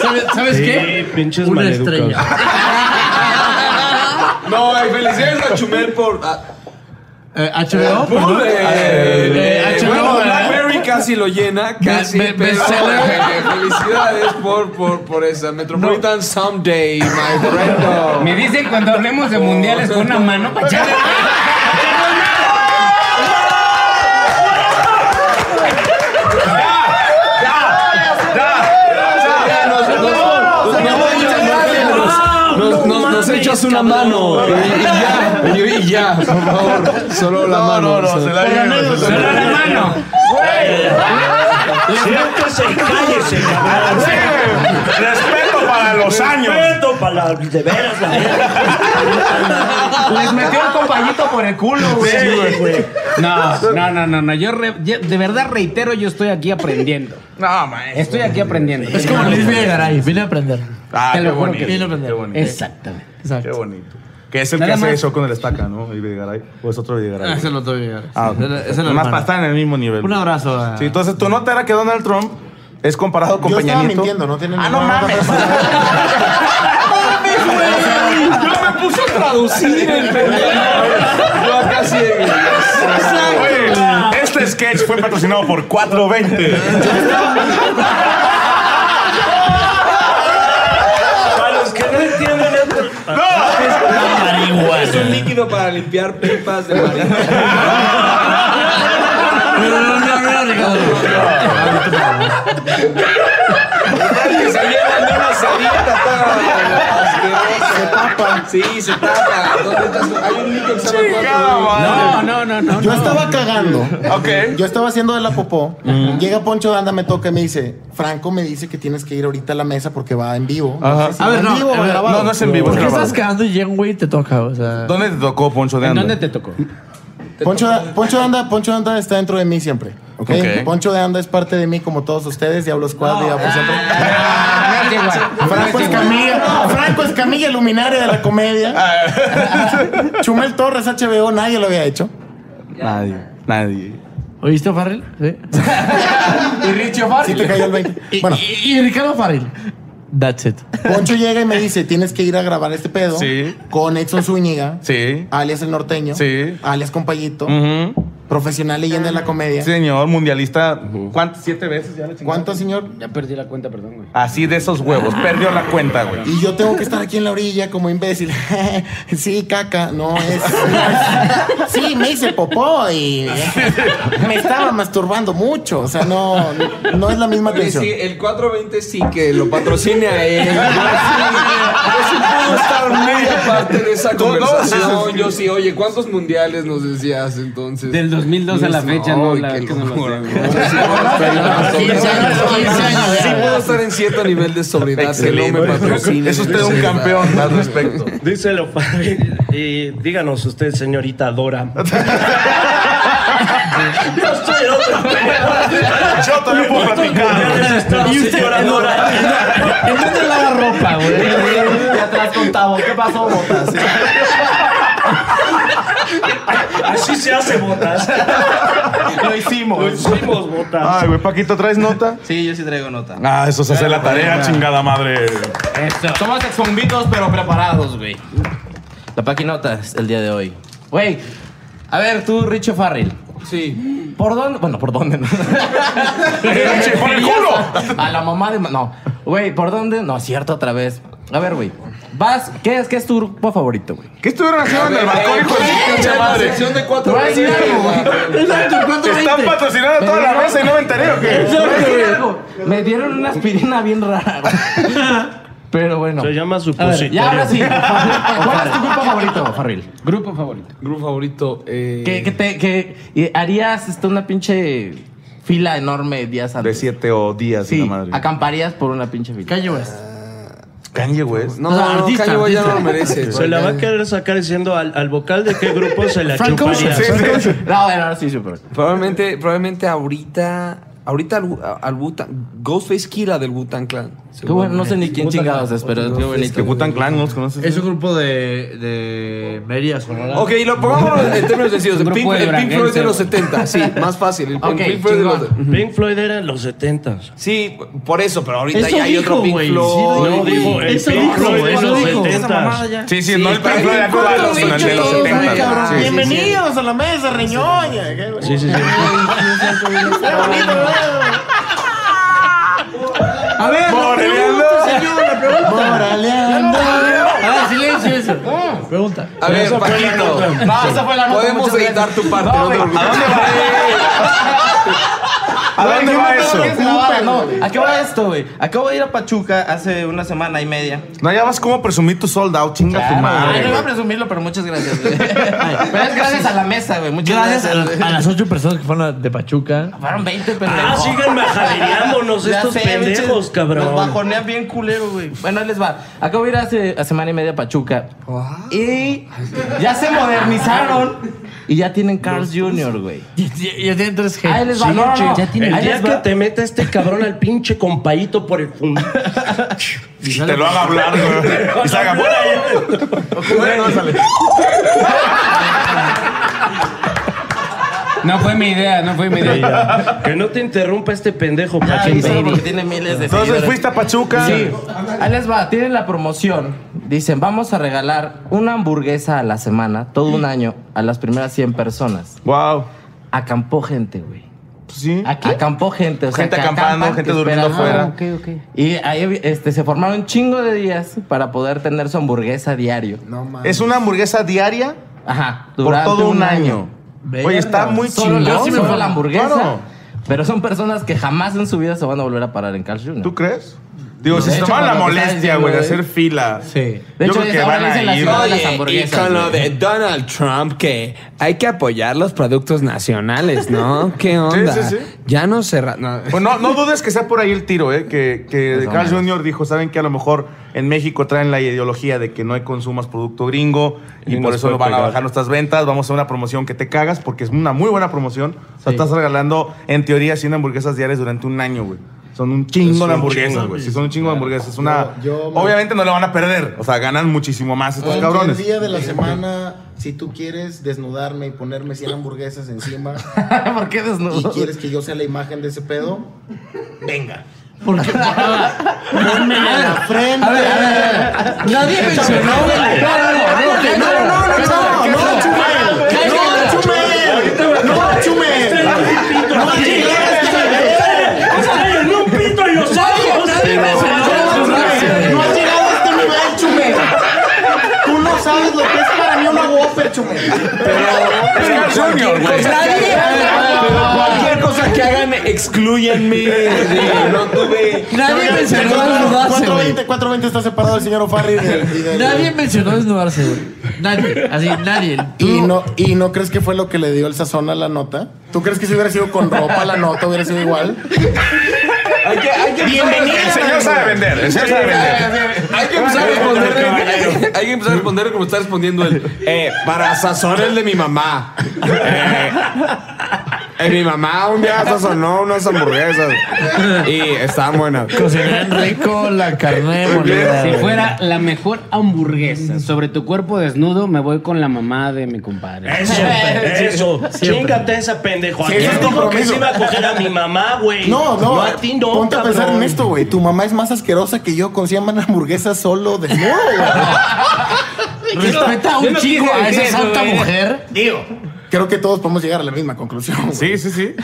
¿Sabes, sabes Sí, qué? pinches Una maleducados. estrella. No, ay, felicidades a Chumel por. ah, Eh, HBO. por, perdón. eh, Eh, eh, HBO, bueno, ¿verdad? Blackberry casi lo llena, casi. be- pero, bestseller. eh, felicidades por, por, por esa. Metropolitan Someday, my friend. Me dicen cuando hablemos de mundiales con una mano para echarle. Nos, nos, nos echas una mano y, y ya, y, y ya, por favor, solo la mano. No, no, se la Solo la mano. Siéntese y cállese, cabrón. Respeto para los años. Respeto para la. De veras, la veras. Les metió el compañito por el culo, güey. No, no, no, no, no. Yo, re- yo de verdad reitero, yo estoy aquí aprendiendo. No, maestro. Estoy aquí aprendiendo. Es como Luis Villagaray, vine a aprender. Ah, Te lo qué juro que bonito. sí. Qué bonito. Exactamente. Qué bonito. Que es el Nada que hace más. eso con el estaca, ¿no? El Videgaray. O es otro Videgaray. Ah, Ese no te voy a llegar. Ah, ok. Ese- ese no, Nomás hermano. para estar en el mismo nivel. Un abrazo a- Sí, entonces tu nota era que Donald Trump es comparado con Yo Peña estaba Nieto. mintiendo, no tiene Ah, no ninguna- mames. Yo me puse a traducir el pendejo. Yo casi. Oye, este sketch fue patrocinado por 420. Para los que no entienden esto. Es un líquido para limpiar pipas de marihuana. No, no, no, no, Ricardo. Que se llevan de una salita toda. Se tapan. Sí, se tapan. ¿Dónde está su- Hay un líquido que se llama cuatro. No, no, no, no. Yo no. estaba cagando. Ok. Yo estaba haciendo de la popó. Mm. Llega Poncho de Anda, me toca y me dice: Franco me dice que tienes que ir ahorita a la mesa porque va en vivo. No Ajá. sé si A va ver, en no. vivo o a ver, grabado. No, no es en vivo, es ¿Por qué grabado. estás cagando y llega un güey y te toca? O sea. ¿Dónde te tocó Poncho de ¿En Anda? dónde te tocó? Poncho, de- Poncho de Anda, Poncho de Anda está dentro de mí siempre. ¿ok? Ok. Poncho de Anda es parte de mí como todos ustedes. Diablo Squad, digamos siempre. Ah, no es igual. Franco No es igual. Escamilla, Franco Escamilla, el luminaria de la comedia. Ah. Ah. Chumel Torres, HBO, nadie lo había hecho. Nadie. Nadie. ¿Oíste a Farrell? Sí. Y Richo Farrell. Sí te cayó el 20. Y, Bueno, y- y Ricardo Farrell. That's it. Poncho llega y me dice, tienes que ir a grabar este pedo Sí. con Edson Zúñiga, Sí. alias El Norteño, Sí. alias Compayito, Ujú. profesional leyenda de la comedia. Señor mundialista, ¿cuántas? ¿Siete veces ya le chingaste? ¿Cuánto, señor? Ya perdí la cuenta, perdón, güey. Así de esos huevos. Perdió la cuenta, güey. Y yo tengo que estar aquí en la orilla como imbécil. sí, caca, no es. no es- Sí, me hice popó y me estaba masturbando mucho. O sea, no, no es la misma Oye, atención. sí, el 420 sí que lo patrocine a él. Yo sí, yo sí puedo estar muy aparte de esa No, no, conversación. sí, sí. Yo sí, oye, ¿cuántos mundiales nos decías entonces? Del 2002 a la fecha, no, la qué verdad que no lo locura. sé, Yo güey. sí puedo estar- 15 años, 15 años. Sí puedo estar en cierto nivel de sobriedad que no me patrocine. Es usted un campeón al respecto. Díselo, padre. Y díganos usted, señorita Dora. Yo estoy en otra peda. Yo también puedo platicar. Y usted, señora Dora. ¿En dónde lava ropa, güey? Y atrás con Tavo. ¿Qué pasó, botas? Así se hace botas. Lo hicimos. Lo hicimos botas. Ay, güey, Paquito, ¿traes nota? Sí, yo sí traigo nota. Ah, eso se hace la tarea, chingada madre. Somos exconvitos, pero preparados, güey. La paquinota es el día de hoy. Güey, a ver, tú, Richo Farrell. Sí. ¿Por dónde? Bueno, ¿por dónde? No? ¡Por el culo! A la mamá de... ma- No. Güey, ¿por dónde? No, cierto, otra vez. A ver, güey. Vas... ¿Qué es, qué es tu grupo favorito, güey? ¿Qué estuvieron haciendo en el balcón, hijo de su pinche madre? Sección de Te voy a decir algo, güey. Exacto, Te están patrocinando toda la mesa y no me enteré, ¿o qué? Te voy a decir algo. Me dieron una aspirina bien rara, güey. Pero bueno. Se llama A ver, supositorio. ya ahora sí. ¿Cuál es tu grupo favorito, Farril? Grupo favorito. Grupo favorito. eh, Que, que te que eh, harías este, una pinche fila enorme días De antes. siete o días, y Sí, la madre. acamparías por una pinche fila. Kanye West. Kanye West. No, no, artista, Kanye West ya no lo artista. merece. Se la va a querer sacar diciendo al, al vocal de qué grupo se la Frank chuparía. Ocean, sí, Frank Ocean. No, bueno, ahora sí, super. Probablemente, probablemente ahorita. Ahorita al, al Wu-Tang- Ghostface Killa del Wu-Tang Clan. Qué bueno, no sé ni quién chingados es, pero qué bonito. Que Wu-Tang Clan, ¿no los conoces? Es un grupo de, de Mérida, Sonora. Ok, y lo pongamos en términos sencillos. Un El grupo Pink, de el Pink Floyd de los 70, duranguenses. sí, más fácil. El Ok, Pink Floyd de los... chingón. Ujú. Pink Floyd era en los 70. Sí, por eso, pero ahorita Eso ya hay dijo, otro Pink güey, sí, Floyd. no, güey. dijo, el Eso Pink dijo, Floyd de eso los dijo. 70s. Esa mamada ya. Sí, sí, Sí, no el está Pink Floyd de bien corto, Acudalos, sino el de los dicho, cabrón. 70. Sí, sí, sí. Bienvenidos a la mesa, reñoña. Qué Sí, sí, sí. bonito, ¿verdad? A ver, Moraleando. Moraleando. A ver, silencio eso. Pregunta. A ver, Esa fue la Paquito. nota. No, esa fue la nota, Podemos muchas gracias. editar tu parte. No, no te güey, preocupes. ¿a dónde ¿A dónde va eso? Acabo esto, güey. Acabo de ir a Pachuca hace una semana y media. No, ya vas como presumir tu sold out, chinga tu Ay, madre. no iba a güey. presumirlo, pero muchas gracias, güey. Pero es gracias a la mesa, güey. Muchas Gracias gracias. a, güey. a las ocho personas que fueron de Pachuca. Fueron 20 pendejos. Ah, sigan majadereándonos Ya estos sé, pendejos, pinches, Nos cabrón. bajonean bien culero, güey. Bueno, ahí les va. Acabo de ir hace a semana y media a Pachuca. Y ya se modernizaron. Y ya tienen Carl's Jr., güey. Ya tienen tres g Ahí les va, no, no, no. el Ahí día les que va. te meta este cabrón al pinche compaíto por el cum- Y Te lo haga hablar, güey. Y se haga por ahí. No fue mi idea, no fue mi idea. que no te interrumpa este pendejo, Ya, y Paquito. solo porque tiene miles de Entonces seguidores. fuiste a Pachuca. Sí. Ahí les va, tienen la promoción. Dicen, vamos a regalar una hamburguesa a la semana, todo un año, a las primeras 100 personas. Wow. Acampó gente, güey. Pues Sí. Acampó gente, o sea, Gente que acampando, acampan, gente que durmiendo esperan- afuera. Ah, ok, ok. Y ahí este, se formaron un chingo de días para poder tener su hamburguesa diario. No mames. Es una hamburguesa diaria Ajá, por durante todo un un año. año. Oye, está muy Solo chingón. Yo sí me fue la hamburguesa. Claro. Pero son personas que jamás en su vida se van a volver a parar en Carl Jr. ¿Tú crees? Digo, si De se hecho, toman la con lo que estás molestia, diciendo, güey, de güey. hacer fila. Sí. De Yo hecho, creo que ya van ahora dicen a las ir. ciudades de güey. las Oye, y hamburguesas, con lo güey. de Donald Trump, que hay que apoyar los productos nacionales, ¿no? ¿Qué onda? sí, sí. Ya no cerra... no. Pues no, no dudes que sea por ahí el tiro, ¿eh? Que, que Pues no Carl mames. Jr. dijo, saben que a lo mejor en México traen la ideología de que no hay consumas producto gringo y, Y por nos eso puede no van a pegar. bajar nuestras ventas, vamos a hacer una promoción que te cagas porque es una muy buena promoción. O sea, estás regalando, en teoría, 100 hamburguesas diarias durante un año, güey. Son un Es chingo un de hamburguesas, chingo, güey. güey. Sí, son un chingo de hamburguesas. Es una... Yo- yo- Obviamente no le van a perder. O sea, ganan muchísimo más estos Cualquier cabrones. día de la semana, si tú quieres desnudarme y ponerme 100 hamburguesas encima ¿Por qué y desnudo? quieres que yo sea la imagen de ese pedo, venga. Ponme a la frente. A ver, a ver, a ver. Nadie mencionó, güey. No, no, no, no, no, no, no, no, Chumel. No, Chumel. No, Chumel. No, ¡Salen un pito y los ojos! No has llegado a este nivel, Chumel. Tú no sabes lo que es para mí una Whopper, Chumel. Carl Jr., güey. Nadie- Pero cualquier cosa que hagan, excluyanme. de- No tuve... Nadie mencionó desnudarse, güey. 420, 420 está separado el señor O'Farrill del- y del- Nadie mencionó desnudarse, güey. Nadie. Así, nadie. ¿Y no, ¿Y no crees que fue lo que le dio el sazón a la nota? ¿Tú crees que si hubiera sido con ropa la nota hubiera sido igual? Hay que, hay que Bienvenido, El señor sabe vender, el señor sabe vender. Hay que empezar a responderle. Hay que empezar a responderle como está respondiendo él. Eh, para sazones de mi mamá. Eh, eh, mi mamá un día sazonó unas hamburguesas. Y estaban buenas. Cocinan rico la carne molida. Si güey. fuera la mejor hamburguesa sobre tu cuerpo desnudo, me voy con la mamá de mi compadre. Eso, eso. Siempre. Chíngate esa pendejo. Sí, ¿A quién es dijo que compromiso. se iba a coger a mi mamá, ah, güey? No, no. a ti no, Ponte a pensar en cabrón. esto, güey. Tu mamá es más asquerosa que yo con 100 hamburguesas solo de nuevo, Respeta un chico a esa santa mujer. Digo. Creo que todos podemos llegar a la misma conclusión. Sí, sí, sí.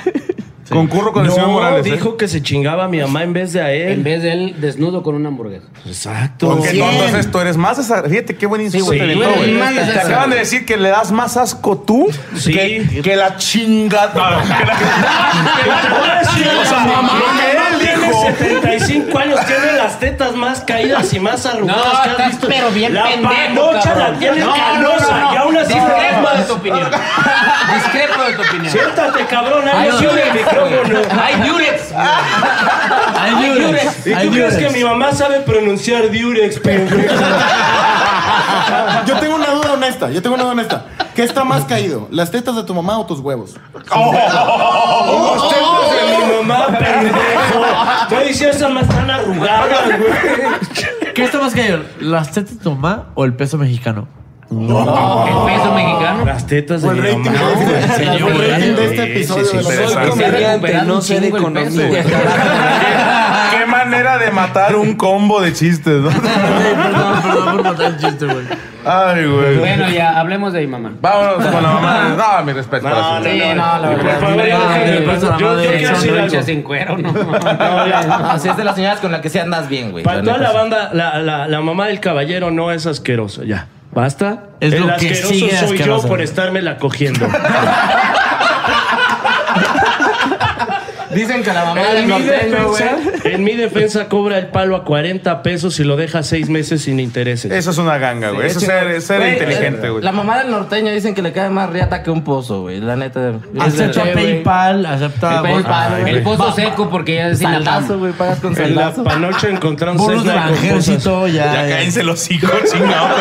Concurro con el señor Morales. ¿eh? dijo que se chingaba a mi mamá en vez de a él. En vez de él desnudo con una hamburguesa. Exacto. Porque Cien. entonces tú eres más asco. Fíjate qué buen insulto Sí, te aventó, güey. güey. Más Te asco. acaban de decir que le das más asco tú Sí. que, que la chingada. que la- O sea, mamá, lo que él tiene dijo. 75 años, tiene las tetas más caídas y más arrugadas No, que has estás visto. pero bien La pendejo, panocha cabrón. la tiene No, no, canosa no, no. y aún así Discrepo te de amas. tu opinión. Discrepo de tu opinión. Siéntate, cabrón, Ay, emociones, no. mi ¿Cómo no? Hay diurex. Hay diurex. ¿Y Hay tú crees que diurex. mi mamá sabe pronunciar diurex, pendejo? Yo tengo una duda honesta, yo tengo una duda honesta. ¿Qué está más caído? ¿Las tetas de tu mamá o tus huevos? Oh. Oh, Los templos de mi mamá, pendejo. No dice esa más tan arrugada, güey. ¿Qué está más caído? ¿Las tetas de tu mamá o el peso mexicano? No. ¿El peso mexicano? Las tetas O el rating de este- el rating de este episodio de los- Soy comediante, no sé de economía. Qué manera de matar un combo de chistes, ¿no? Perdón, perdón por matar el chiste, güey. Ay, güey. Bueno, ya, hablemos de mi mamá. Vámonos con la mamá. No, mi respeto. para su- sí, no, la verdad. yo- yo quiero decir algo. sin cuero, no. Así es de las señoras con las que se andas bien, güey. Para neta, toda la sí. banda, la, la- la mamá del caballero no es asquerosa, ya. ¿Basta? Es el lo que asqueroso sigue soy asqueroso. yo por estármela cogiendo. Dicen que la mamá del en, mi norteño, güey. defensa, en mi defensa cobra el palo a 40 pesos y lo deja seis meses sin intereses. Eso es una ganga, güey. Eso es ser, ser Güey, inteligente, eh, güey. La mamá del norteño dicen que le cae más riata que un pozo, güey. La neta. Acepta Sí, güey. PayPal, acepta. El PayPal, Ay, güey. güey. El pozo Va- seco porque ya decían el Saldazo, güey. Pagas con En la saldazo. panocha encontramos Bonos del ejército, ya, Ya cállense los hijos, chingados.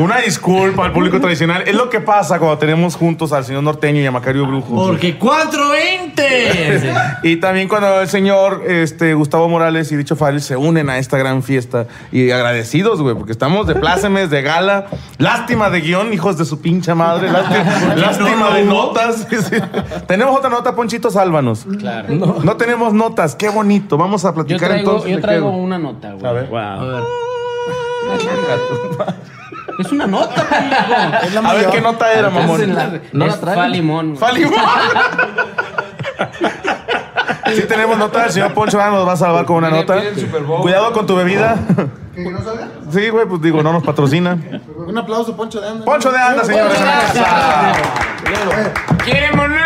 Una disculpa al público tradicional. Es lo que pasa cuando tenemos juntos al señor norteño y a Macario Brujo. Porque 420. y también cuando el señor este, Gustavo Morales y Dicho Faril se unen a esta gran fiesta. Y agradecidos, güey, porque estamos de plácemes, de gala. Lástima de guión, hijos de su pincha madre. Lástima, lástima de notas. tenemos otra nota, Ponchito, sálvanos. Claro. No. no tenemos notas, qué bonito. Vamos a Yo platicar traigo, entonces. yo de traigo qué- una nota, güey. A ver. Es una nota, pendejo. la A ver, mayor. ¿qué nota era, mamón? Alcáncenla. ¿No la Es traen? Falimón. güey. Falimón. Sí tenemos nota, el señor Poncho ahora nos va a salvar con una nota. Cuidado con tu bebida. ¿Que no salga? Sí, güey, pues digo, no nos patrocina. Un aplauso, Poncho de Anda. Poncho de Anda, señores. en la casa. ¿Quiere monólogo?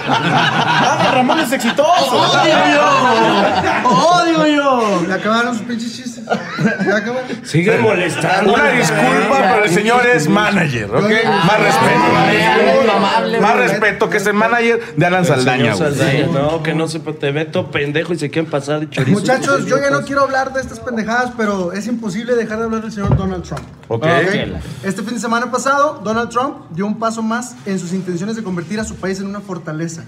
Ah, Ramón es exitoso. ¡Odio yo! Le acabaron sus pinches chistes. Le acabaron. Sigue molestando. Una disculpa, pero el señor es manager, ¿ok? Ah, Más respeto. Más respeto, que es el manager de Alan Saldaña. güey. No, que no sepa, te meto pendejo y se quieren pasar de chorizo. Muchachos, yo ya no quiero hablar de estas pendejadas, pero es imposible dejar de hablar del señor Donald Trump. Ok. Este fin de semana pasado, Donald Trump dio un paso más en sus intenciones de convertir a su país en una fortaleza.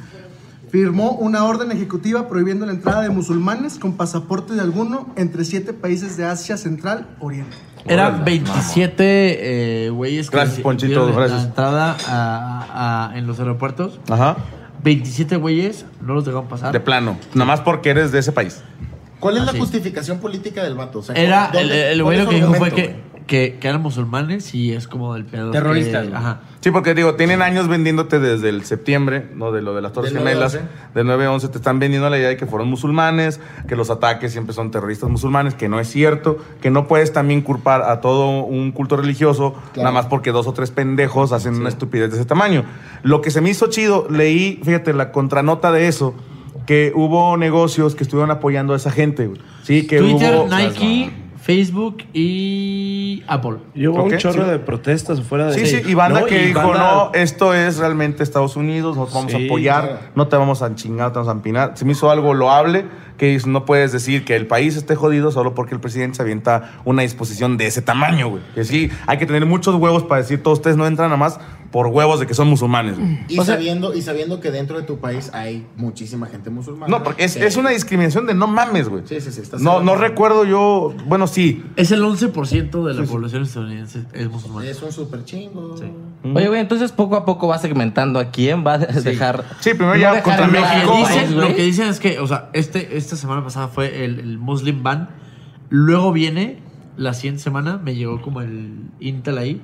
Firmó una orden ejecutiva prohibiendo la entrada de musulmanes con pasaporte de alguno entre siete países de Asia Central Oriente. Eran 27 eh, güeyes que Gracias, se- Ponchito, dieron gracias. La entrada a- a- a- en los aeropuertos. Ajá. 27 güeyes no los dejaban pasar. De Ah, plano. Nomás porque eres de ese país. ¿Cuál es la Así. justificación política del vato? O sea, Era, el, ¿dónde- el cuál güey es lo que su dijo fue argumento, que, güey? que, que eran musulmanes y es como del pedo. Terroristas, que- güey. ajá. Sí, porque digo, tienen años vendiéndote desde el septiembre, ¿no? De lo de las Torres Del Gemelas, 9-11. del 9-11, te están vendiendo la idea de que fueron musulmanes, que los ataques siempre son terroristas musulmanes, que no es cierto, que no puedes también culpar a todo un culto religioso, nada más porque dos o tres pendejos hacen una estupidez de ese tamaño. Lo que se me hizo chido, leí, fíjate, la contranota de eso, que hubo negocios que estuvieron apoyando a esa gente, güey. Sí, que Twitter, hubo... Nike, Facebook y Apple. Y hubo Ok. un chorro Sí. de protestas afuera de Sí, sí, y banda No, que y dijo, banda- no, esto es realmente Estados Unidos, nos vamos Sí, a apoyar, claro. no te vamos a chingar, no te vamos a empinar. Se me hizo algo loable, que dice, no puedes decir que el país esté jodido solo porque el presidente se avienta una disposición de ese tamaño, güey. Que sí, hay que tener muchos huevos para decir, todos ustedes no entran nada más por huevos de que son musulmanes. güey". Y, sabiendo, y sabiendo que dentro de tu país hay muchísima gente musulmana. No, porque es, es una discriminación de no mames, güey. Sí, sí, sí. estás- No, no recuerdo yo, bueno, sí. Es el 11% de la población estadounidense es musulmana. Es un super chingo. Oye, güey, entonces poco a poco va segmentando a quién va a dejar. Sí, primero No dejar entrar a Lo que, los dicen, güey. lo que dicen es que, o sea, este, esta semana pasada fue el, el Muslim Ban. Luego viene, la siguiente semana, me llegó como el Intel ahí,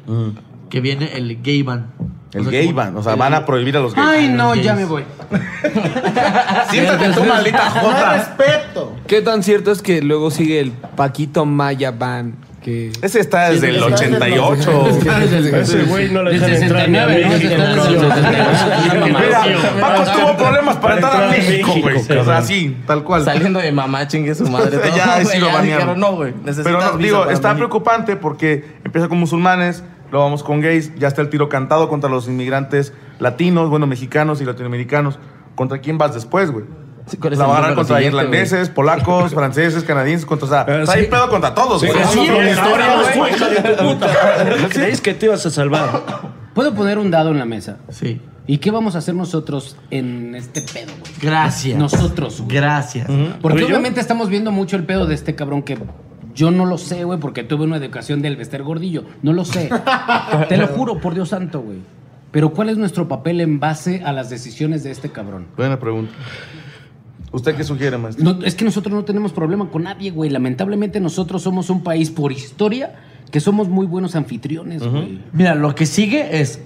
que viene el Gay Ban. El gay como- ban, o sea, el- van a prohibir a los gays. Ay, no, ya me voy. Siéntate tú, maldita jota. respeto. ¿Qué tan cierto es que luego sigue el Paquito Maya Ban? Que... Ese está desde el 88. Ese güey no le dejan Desde entrar ni a 69, ¿no? México. Desde el 69. Mira, Paco tuvo problemas para entrar a México, güey. O sea, sí. tal cual. Este, Saliendo de mamá, chingue su madre. todo, ya, ahí sí güey, lo banearon. dijeron, no, güey. necesitas Pero visa no, digo, para está México". preocupante porque empieza con musulmanes, luego vamos con gays, ya está el tiro cantado contra los inmigrantes latinos, bueno, mexicanos y latinoamericanos. ¿Contra quién vas después, güey? es la el van a nombre dar de contra la siguiente, irlandeses, polacos, franceses, canadienses, contra. O sea, está ahí sí. pedo contra todos, Sí, güey. sí, Es una la historia, historia, güey. ¿Crees que te ibas a salvar? ¿Puedo poner un dado en la mesa? Sí. ¿Y qué vamos a hacer nosotros en este pedo, güey? Gracias. Nosotros. Gracias. Porque obviamente estamos viendo mucho el pedo de este cabrón que yo no lo sé, güey, porque tuve una educación del Vester Gordillo. No lo sé. Te lo juro, por Dios santo, güey. Pero ¿cuál es nuestro papel en base a las decisiones de este cabrón? Buena pregunta. ¿Usted qué sugiere, maestro? No, es que nosotros no tenemos problema con nadie, güey. Lamentablemente nosotros somos un país por historia que somos muy buenos anfitriones, güey. Mira, lo que sigue es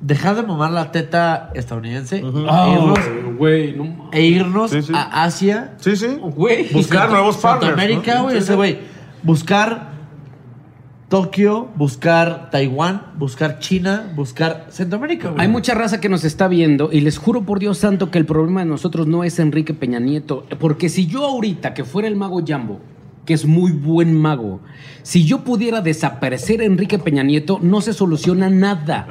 dejar de mamar la teta estadounidense Ah, e irnos, güey, no mames. e irnos a Asia. Sí, sí. Güey. Buscar nuevos partners, América, ¿no? güey. Sí, ese sí. güey. Buscar Tokio, buscar Taiwán, buscar China, buscar Centroamérica, güey. Hay mucha raza que nos está viendo y les juro por Dios santo que el problema de nosotros no es Enrique Peña Nieto. Porque si yo ahorita, que fuera el mago Jambo, que es muy buen mago, si yo pudiera desaparecer a Enrique Peña Nieto, no se soluciona nada.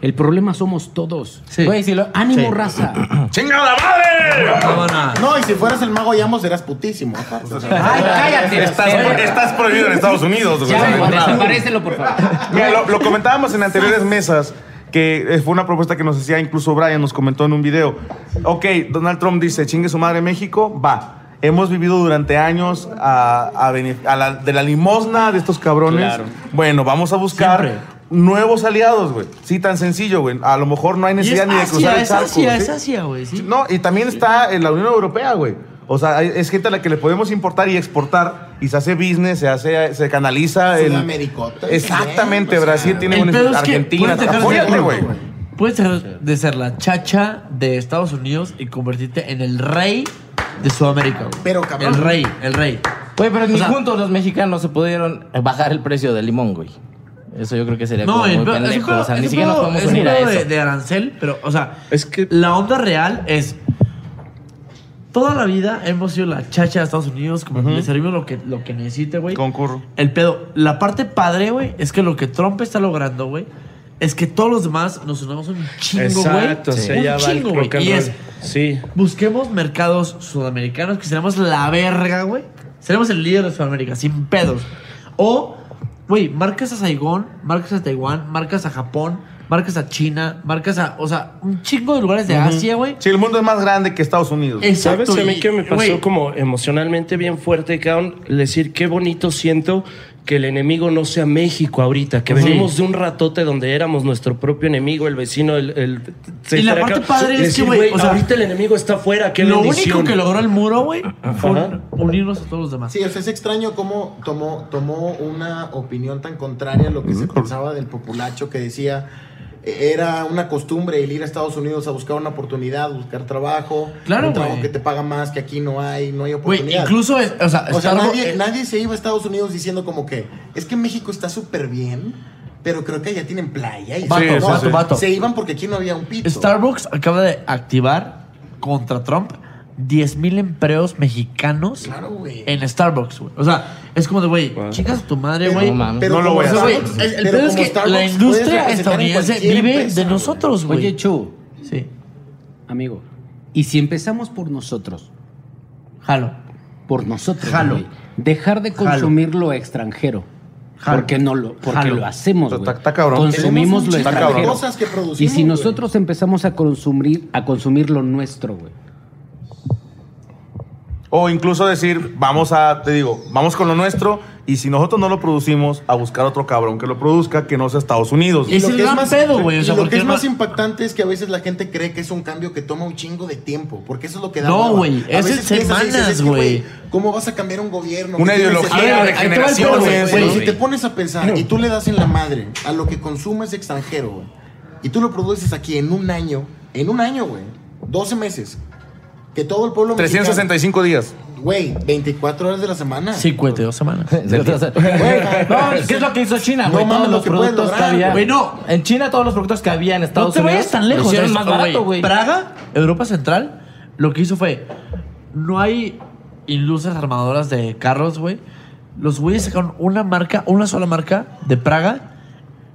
El problema somos todos. Güey, si lo- ánimo Sí. raza. ¡Chingada madre! No, y si fueras el mago Yamos, serás putísimo. aparte. Ay, cállate. Estás, estás prohibido en Estados Unidos, güey. Ya, Claro. desaparécelo, por favor. Mira, lo, lo comentábamos en anteriores mesas, que eh, fue una propuesta que nos hacía incluso Brian, nos comentó en un video. Ok, Donald Trump dice, chingue su madre México, va. Hemos vivido durante años a- a bene- a la- de la limosna de estos cabrones. Claro. Bueno, vamos a buscar nuevos aliados, güey. Sí, tan sencillo, güey. A lo mejor no hay Y es necesidad ni de Asia, cruzar el es charco. Asia, ¿sí? es Asia, güey. sí. No, y también está en la Unión Europea, güey. O sea, hay- es gente a la que le podemos importar y exportar y se hace business, se hace, se canaliza el. Sudamericota. Exactamente, Bien, o sea, Brasil tiene el una pedo es que Argentina. puedes dejar de- Apóyate, güey. Puedes dejar de ser la chacha de Estados Unidos y convertirte en el rey de Sudamérica, güey. Pero, El rey, el rey. Güey, pero O ni sea- juntos los mexicanos se pudieron bajar el precio del limón, güey. Eso yo creo que sería No, como el muy pedo- es un pendejo. pedo- o sea, es ni un siquiera nos pedo- podemos es un unir a pedo eso. De, de arancel, pero, o sea, es que la onda real es. Toda la vida hemos sido la chacha de Estados Unidos, como que le servimos lo que, lo que necesite, güey. Concurro. El pedo. La parte padre, güey, es que lo que Trump está logrando, güey, es que todos los demás nos unamos un chingo, güey. Exacto, sí. Un allá va el chingo, güey. rock and Y es, roll. Sí. busquemos mercados sudamericanos que seremos la verga, güey. Seremos el líder de Sudamérica, sin pedos. O, güey, marcas a Saigón, marcas a Taiwán, marcas a Japón, marcas a China, marcas a, o sea, un chingo de lugares de Ujú. Asia, güey. Sí, el mundo es más grande que Estados Unidos. Exacto, ¿Sabes a mí y- que me pasó güey. como emocionalmente bien fuerte, cabrón? Decir qué bonito siento que el enemigo no sea México ahorita, que Sí. venimos de un ratote donde éramos nuestro propio enemigo, el vecino, el... el- Y la etcétera, parte cabrón. padre es que, Decir, güey, o sea, ahorita el enemigo está afuera, qué Lo bendición. único que logró el muro, güey, fue Ajá. unirnos a todos los demás. Sí, o sea, es extraño cómo tomó, tomó una opinión tan contraria a lo que Mm, se pensaba del populacho que decía eh, era una costumbre el ir a Estados Unidos a buscar una oportunidad, buscar trabajo, Claro, un trabajo güey. que te paga más, que aquí no hay, no hay Güey, oportunidad. incluso, es- o sea, O sea, Starbucks- nadie, eh, nadie se iba a Estados Unidos diciendo como que es que México está súper bien, pero creo que allá tienen playa. Y Vato, No, sí, sí. vato. Se iban porque aquí no había un pito. Starbucks acaba de activar contra Trump 10.000 empleos mexicanos en Starbucks, güey. O sea, es como de, güey, chicas a tu madre, Pero- güey. pero No lo como voy a hacer. Starbucks- Güey, El, el pero pedo es como que Starbucks la industria puedes representar en estadounidense cualquier vive empresa, de nosotros, güey. Oye, Chu. Sí. Amigo, ¿y si empezamos por nosotros? Jalo. Por nosotros. Jalo. güey. Dejar de Jalo. consumir lo extranjero. Jalo. Porque no lo, porque Jalo. lo hacemos, güey. cabrón. Consumimos Tenemos lo un chingo de extranjero. cosas que producimos, y si güey. nosotros empezamos a consumir, a consumir lo nuestro, güey. O incluso decir, vamos a, te digo, vamos con lo nuestro y si nosotros no lo producimos, a buscar otro cabrón que lo produzca que no sea Estados Unidos. Y lo que es más- y sea, lo porque que es no- más impactante es que a veces la gente cree que es un cambio que toma un chingo de tiempo, porque eso es lo que da. No, hueva. güey, A es en veces piensas y dices, semanas, es que, güey. ¿Cómo vas a cambiar un gobierno? Una que tiene ideología ese- de A ver, ahí te va el generaciones, pedo, güey. Pero Si güey. te pones a pensar y tú le das en la madre a lo que consumes extranjero, güey, y tú lo produces aquí en un año, en un año, güey, 12 meses, que todo el pueblo mexicano- 365 días. Güey, 24 horas de la semana. 52 semanas. Güey, no, ¿qué es lo que hizo China, No güey? todos mames, los lo que puedes productos que lograr, había. güey. no. En China todos los productos que había en Estados no te Unidos. vayas tan lejos. Lo hicieron de más esto, barato, güey. Praga, Europa Central, lo que hizo fue, no hay industrias armadoras de carros, güey. Los güeyes sacaron una marca, una sola marca de Praga.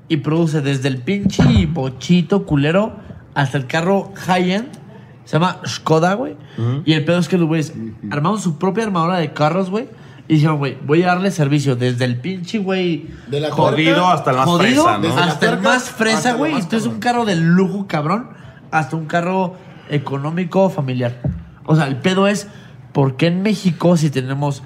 y produce desde el pinche bochito culero hasta el carro high-end. Se llama Skoda, güey. Y el pedo es que los güeyes armaron su propia armadura de carros, güey. Y dijeron, güey, voy a darle servicio desde el pinche, güey. De la Jodido tuerca. hasta el más jodido fresa, ¿no? Desde la Hasta el tuerca más hasta fresa, lo güey. más Entonces, un carro de lujo, cabrón, hasta un carro económico familiar. O sea, el pedo es, ¿por qué en México, si tenemos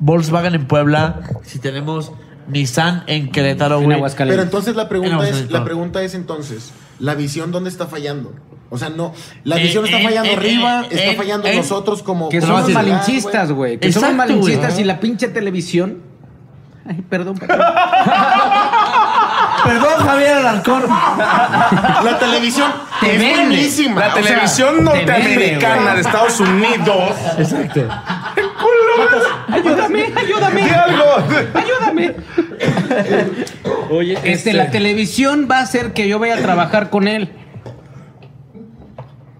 Volkswagen en Puebla, si tenemos Nissan en Querétaro, güey? Pero entonces la En pregunta es, Aguascalientes, la perdón. pregunta es entonces, ¿la visión dónde está fallando? O sea, no, la Eh, visión está eh, fallando eh, arriba, eh, está eh, fallando eh. nosotros como... Que como somos sociedad, malinchistas, güey. Que somos Exacto, güey. malinchistas y la pinche televisión. Ay, perdón, perdón. Perdón, Javier Alarcón. La televisión Te es vende. buenísima. La O sea, televisión te vende, norteamericana güey. de Estados Unidos. Exacto. Ayúdame, ayúdame. Di algo. Ayúdame. Oye, este, la televisión va a hacer que yo vaya a trabajar con él.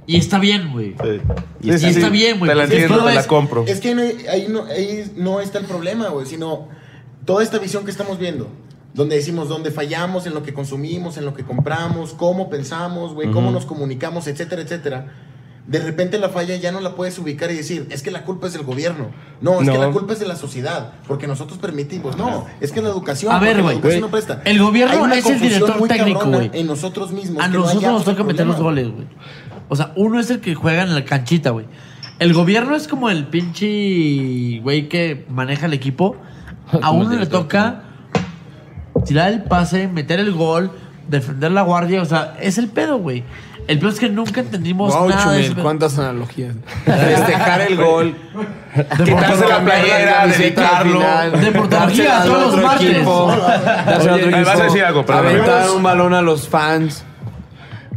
Y está bien, güey. Y Sí, sí, está sí. bien, güey. Te la Sí, entiendo, todo te la es- compro. Es que ahí no- ahí no, ahí no está el problema, güey, sino toda esta visión que estamos viendo. Donde decimos dónde fallamos, en lo que consumimos, en lo que compramos, cómo pensamos, güey, cómo Ujú. nos comunicamos, etcétera, etcétera. De repente la falla ya no la puedes ubicar y decir, es que la culpa es del gobierno. No, es que No. la culpa es de la sociedad, porque nosotros permitimos. Ah. No, es que la educación, A ver, güey, porque la educación güey, no presta. el gobierno Hay una es el confusión director muy técnico, cabrona güey. En nosotros mismos. A que no Ah, nosotros hallamos nos toca el meter los problema. goles, güey. O sea, uno es el que juega en la canchita, güey. El gobierno es como el pinche güey que maneja el equipo. A Como el uno le director, toca tirar el pase, meter el gol, defender la guardia. O sea, es el pedo, güey. El pedo es que nunca entendimos Wow, nada de ese Chumel, pedo. cuántas analogías. Festejar el gol. Quitarse la playera, dedicarlo. Deportaría dársela al todos los otro martes. equipo. Dársela al Oye, otro me vas a equipo. decir algo, perdón. Aventar Amigos. un balón a los fans.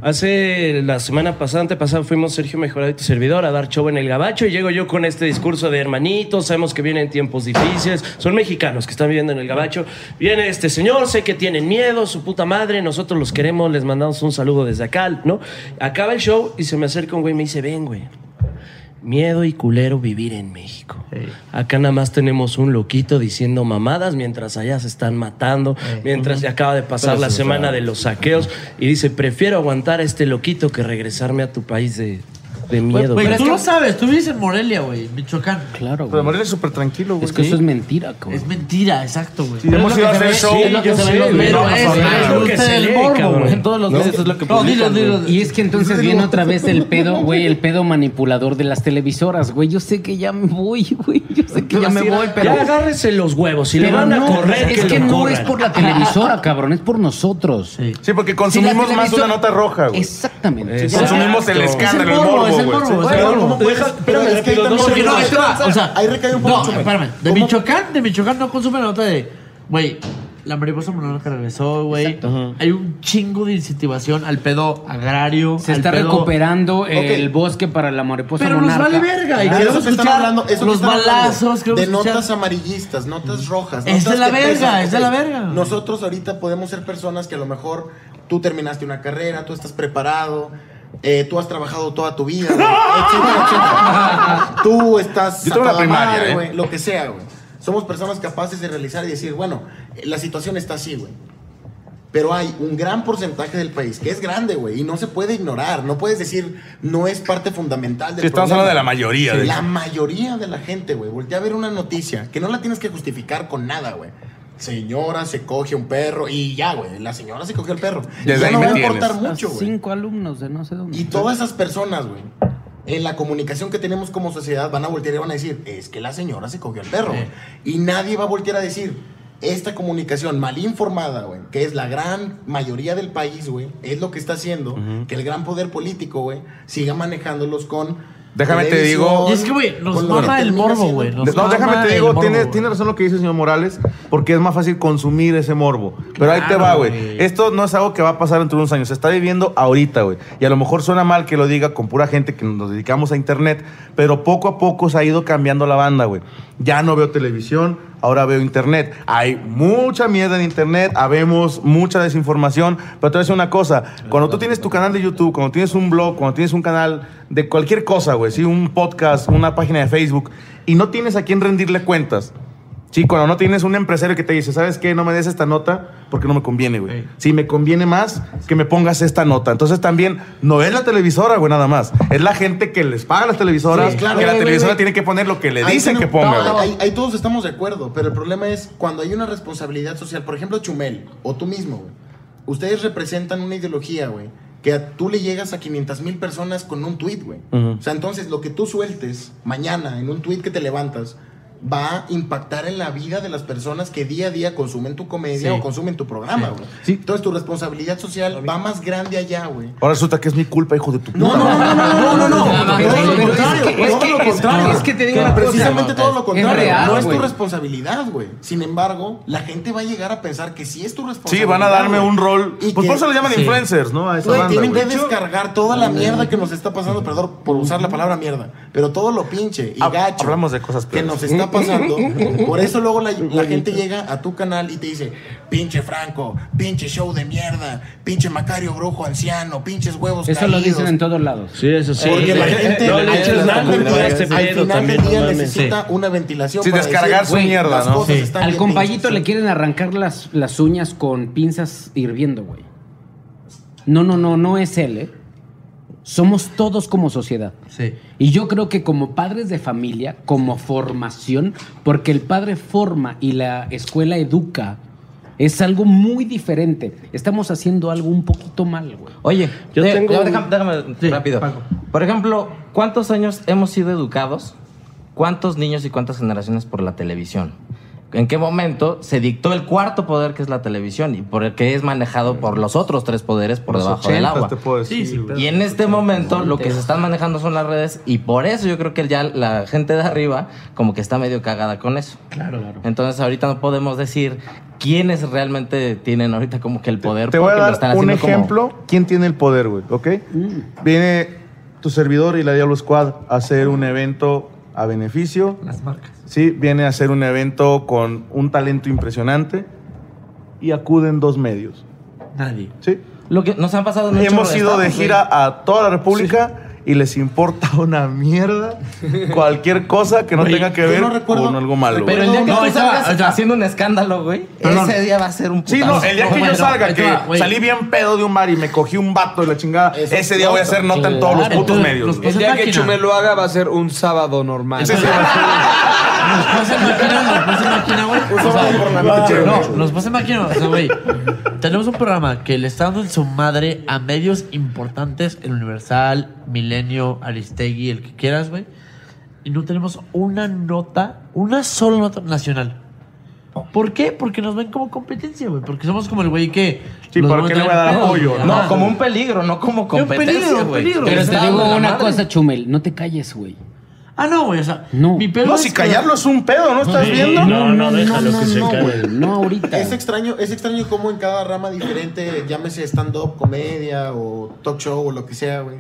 Hace la semana pasada, antepasada, fuimos Sergio Mejorado y tu servidor a dar show en el Gabacho y llego yo con este discurso de hermanitos, sabemos que vienen tiempos difíciles, son mexicanos que están viviendo en el Gabacho. Viene este señor, sé que tienen miedo, su puta madre, nosotros los queremos, les mandamos un saludo desde acá, ¿no? Acaba el show y se me acerca un güey y me dice, ven, güey. Miedo y culero vivir en México. Acá nada más tenemos un loquito diciendo mamadas mientras allá se están matando, mientras se acaba de pasar Pero la sí, semana claro. de los saqueos y dice, prefiero aguantar a este loquito que regresarme a tu país de, Pues, de miedo. Güey, güey". tú lo sabes, tú vives en Morelia, güey, en Michoacán. Claro, güey. güey. Morelia es súper tranquilo, güey. Es que eso es mentira, cabrón. Es mentira, exacto, güey. Sí, hemos Es lo que ido se a hacer ve- show, es lo que yo se ve sé, en los güey, medios, no es- pasa es nada. lo que Lo que se se ve, lee, morbo, cabrón. güey. En todos los No, medios eso es lo que No, dilo, publican, dilo. Y es que entonces viene otra vez el pedo, güey, el pedo manipulador de las televisoras, güey. Yo sé que ya me voy, güey. Yo sé que ya me voy, pero. Ya agárrese los huevos, si le Pero van a no, correr, Es que lo no corran. es por la televisora, cabrón, es por nosotros. Sí, porque consumimos más una nota roja, güey. Exactamente. Exacto. Consumimos el escándalo, el morbo, es el morbo, güey. es Sí, el bueno, morbo. ¿cómo puedes- espérame, Pero es que ahí no, también porque se no, recae- ahí te va, o sea, ahí recae un poco, No, Chumel. espérame. De Michoacán, de Michoacán no consume la nota de. Güey, la mariposa monarca regresó, güey. Hay un chingo de incentivación al pedo agrario. Se al está pedo- recuperando el bosque para la mariposa Pero nos monarca. vale verga. Y Ah, queremos eso que están escuchar hablando, eso que los están hablando, balazos. queremos de escuchar- notas amarillistas, notas rojas. Es notas de la que verga, pesan, es de la ok. verga. Nosotros ahorita podemos ser personas que a lo mejor tú terminaste una carrera, tú estás preparado. eh, tú has trabajado toda tu vida, güey, etcétera, etcétera. Tú estás Yo tengo a la toda primaria, madre, ¿eh? güey, lo que sea, güey. Somos personas capaces de realizar y decir, bueno, eh, la situación está así, güey. Pero hay un gran porcentaje del país que es grande, güey, y no se puede ignorar. No puedes decir, no es parte fundamental del Sí, estamos problema". hablando de la mayoría, de La hecho. mayoría de la gente, güey. Voltea a ver una noticia que no la tienes que justificar con nada, güey. Señora se coge un perro y ya, güey. La señora se cogió el perro. Y Desde ya ahí no me va a tienes. importar mucho, A güey. Cinco alumnos de no sé dónde. Y todas esas personas, güey, en la comunicación que tenemos como sociedad van a voltear y van a decir, es que la señora se cogió al perro. güey". Y nadie va a voltear a decir, esta comunicación mal informada, güey, que es la gran mayoría del país, güey, es lo que está haciendo que el gran poder político, güey, siga manejándolos con... Déjame te digo. televisión, con lo que termina siendo- No, déjame te digo, tiene, tiene razón lo que dice el señor Morales, porque es más fácil consumir ese morbo. Pero ahí te Claro, va, güey. güey. Esto no es algo que va a pasar dentro de unos años. Se está viviendo ahorita, güey. Y a lo mejor suena mal que lo diga con pura gente que nos dedicamos a internet, pero poco a poco se ha ido cambiando la banda, güey. Ya no veo televisión, ahora veo internet. Hay mucha mierda en internet, habemos mucha desinformación. Pero te voy a decir una cosa: cuando tú tienes tu canal de YouTube, cuando tienes un blog, cuando tienes un canal de cualquier cosa, güey, sí, un podcast, una página de Facebook, y no tienes a quién rendirle cuentas. Sí, cuando no tienes un empresario que te dice, ¿sabes qué? No me des esta nota porque no me conviene, güey. Sí, me conviene más que me pongas esta nota. Entonces también no es la televisora, güey, nada más. Es la gente que les paga las televisoras, Sí, claro. que la Güey, güey, televisora güey. tiene que poner lo que le Ahí dicen que tenemos- ponga, No, güey. ahí, ahí todos estamos de acuerdo, pero el problema es cuando hay una responsabilidad social. Por ejemplo, Chumel, o tú mismo, güey. Ustedes representan una ideología, güey, que a- tú le llegas a 500 mil personas con un tweet, güey. Mm. O sea, entonces lo que tú sueltes mañana en un tweet que te levantas va a impactar en la vida de las personas que día a día consumen tu comedia Sí. o consumen tu programa, Sí. güey. Entonces tu responsabilidad social va más grande allá, güey. Ahora resulta que es mi culpa, hijo de tu puta. No, no, no, no, no, no, no, no. Nada más. Todo Es lo que- contrario, es que- todo es lo que- contrario. es que te digo una cosa, Precisamente Mauta, todo lo es contrario. real, no es güey. tu responsabilidad, güey. Sin embargo, la gente va a llegar a pensar que sí es tu responsabilidad. Sí, van a darme güey. un rol. Y Pues que- por eso le llaman sí. influencers, ¿no? A esa Güey, banda, tienen güey. que descargar toda la mierda que nos está pasando, perdón por usar la palabra mierda, pero todo lo pinche y gacho Hablamos de cosas que peores. nos está pasando. Por eso luego la, la gente llega a tu canal y te dice, pinche Franco, pinche show de mierda, pinche Macario Brujo anciano, pinches huevos Eso lo caídos. dicen en todos lados. Sí, eso sí. Porque la gente no le al eches final nada del a día- este al pedo final también. del día no mames. necesita una ventilación Sí, para descargar decir, su "Güey, mierda, las ¿no? cosas Sí. están Al bien compayito le quieren arrancar las, las uñas con pinzas hirviendo, güey. No, no, no, no es él, ¿eh? Somos todos como sociedad. Sí. Y yo creo que como padres de familia, como formación, porque el padre forma y la escuela educa, es algo muy diferente. Estamos haciendo algo un poquito mal, güey. Oye, Yo de- tengo de- un- déjame, déjame rápido. Por ejemplo, ¿cuántos años hemos sido educados? ¿Cuántos niños y cuántas generaciones por la televisión? ¿En qué momento se dictó el cuarto poder que es la televisión y por el que es manejado por los otros tres poderes por Los debajo del 80s agua? te puedo Sí, decir, sí, güey. y en este momento lo que se están manejando son las redes y por eso yo creo que ya la gente de arriba como que está medio cagada con eso. Claro, claro. Entonces ahorita no podemos decir quiénes realmente tienen ahorita como que el poder. Te voy a porque lo dar están un haciendo como- ejemplo. ¿Quién tiene el poder, güey? ¿Ok? Mm. Viene tu servidor y la Diablo Squad a hacer un evento a beneficio. Las marcas. Sí, viene a hacer un evento con un talento impresionante y acuden dos medios. Nadie. Sí. Lo que nos han pasado en un chorro Hemos de ido de estados, gira a toda la República y les importa una mierda cualquier cosa que no Güey, tenga que yo ver no recuerdo- con algo malo. Pero güey. el día que No, tú esa- salgas esa- haciendo un escándalo, güey, Perdón. ese día va a ser un Sí, no, putazo. el día que No, yo bueno, salga, ahí que te va, güey. salí bien pedo de un bar y me cogí un vato de la chingada, ese día voy a hacer nota en todos los Claro. putos Entonces, pues, medios. los pues güey. El día que Chumel lo haga va a ser un sábado normal. pues, No, los pasa máquina. O sea, güey, tenemos un programa que le está dando en su madre a medios importantes, el Universal, Milenio, Aristegui, el que quieras, güey. Y no tenemos una nota, una sola nota nacional. ¿Por qué? Porque nos ven como competencia, güey. Porque somos como el güey que. Sí, los ¿por vamos qué le tener voy a dar pedos, apoyo, güey. no? Ajá. como un peligro, no como competencia, peligro, un güey. peligro. Pero te Está digo dando la una madre. cosa, Chumel, no te calles, güey. Ah, no, güey. O sea, No. mi pedo No, es si que- callarlo es un pedo, ¿no estás Sí, viendo? No, no, No, no, déjalo no, que se no, calle. güey. No, ahorita. Es extraño, es extraño cómo en cada rama diferente, llámese stand-up, comedia o talk show o lo que sea, güey,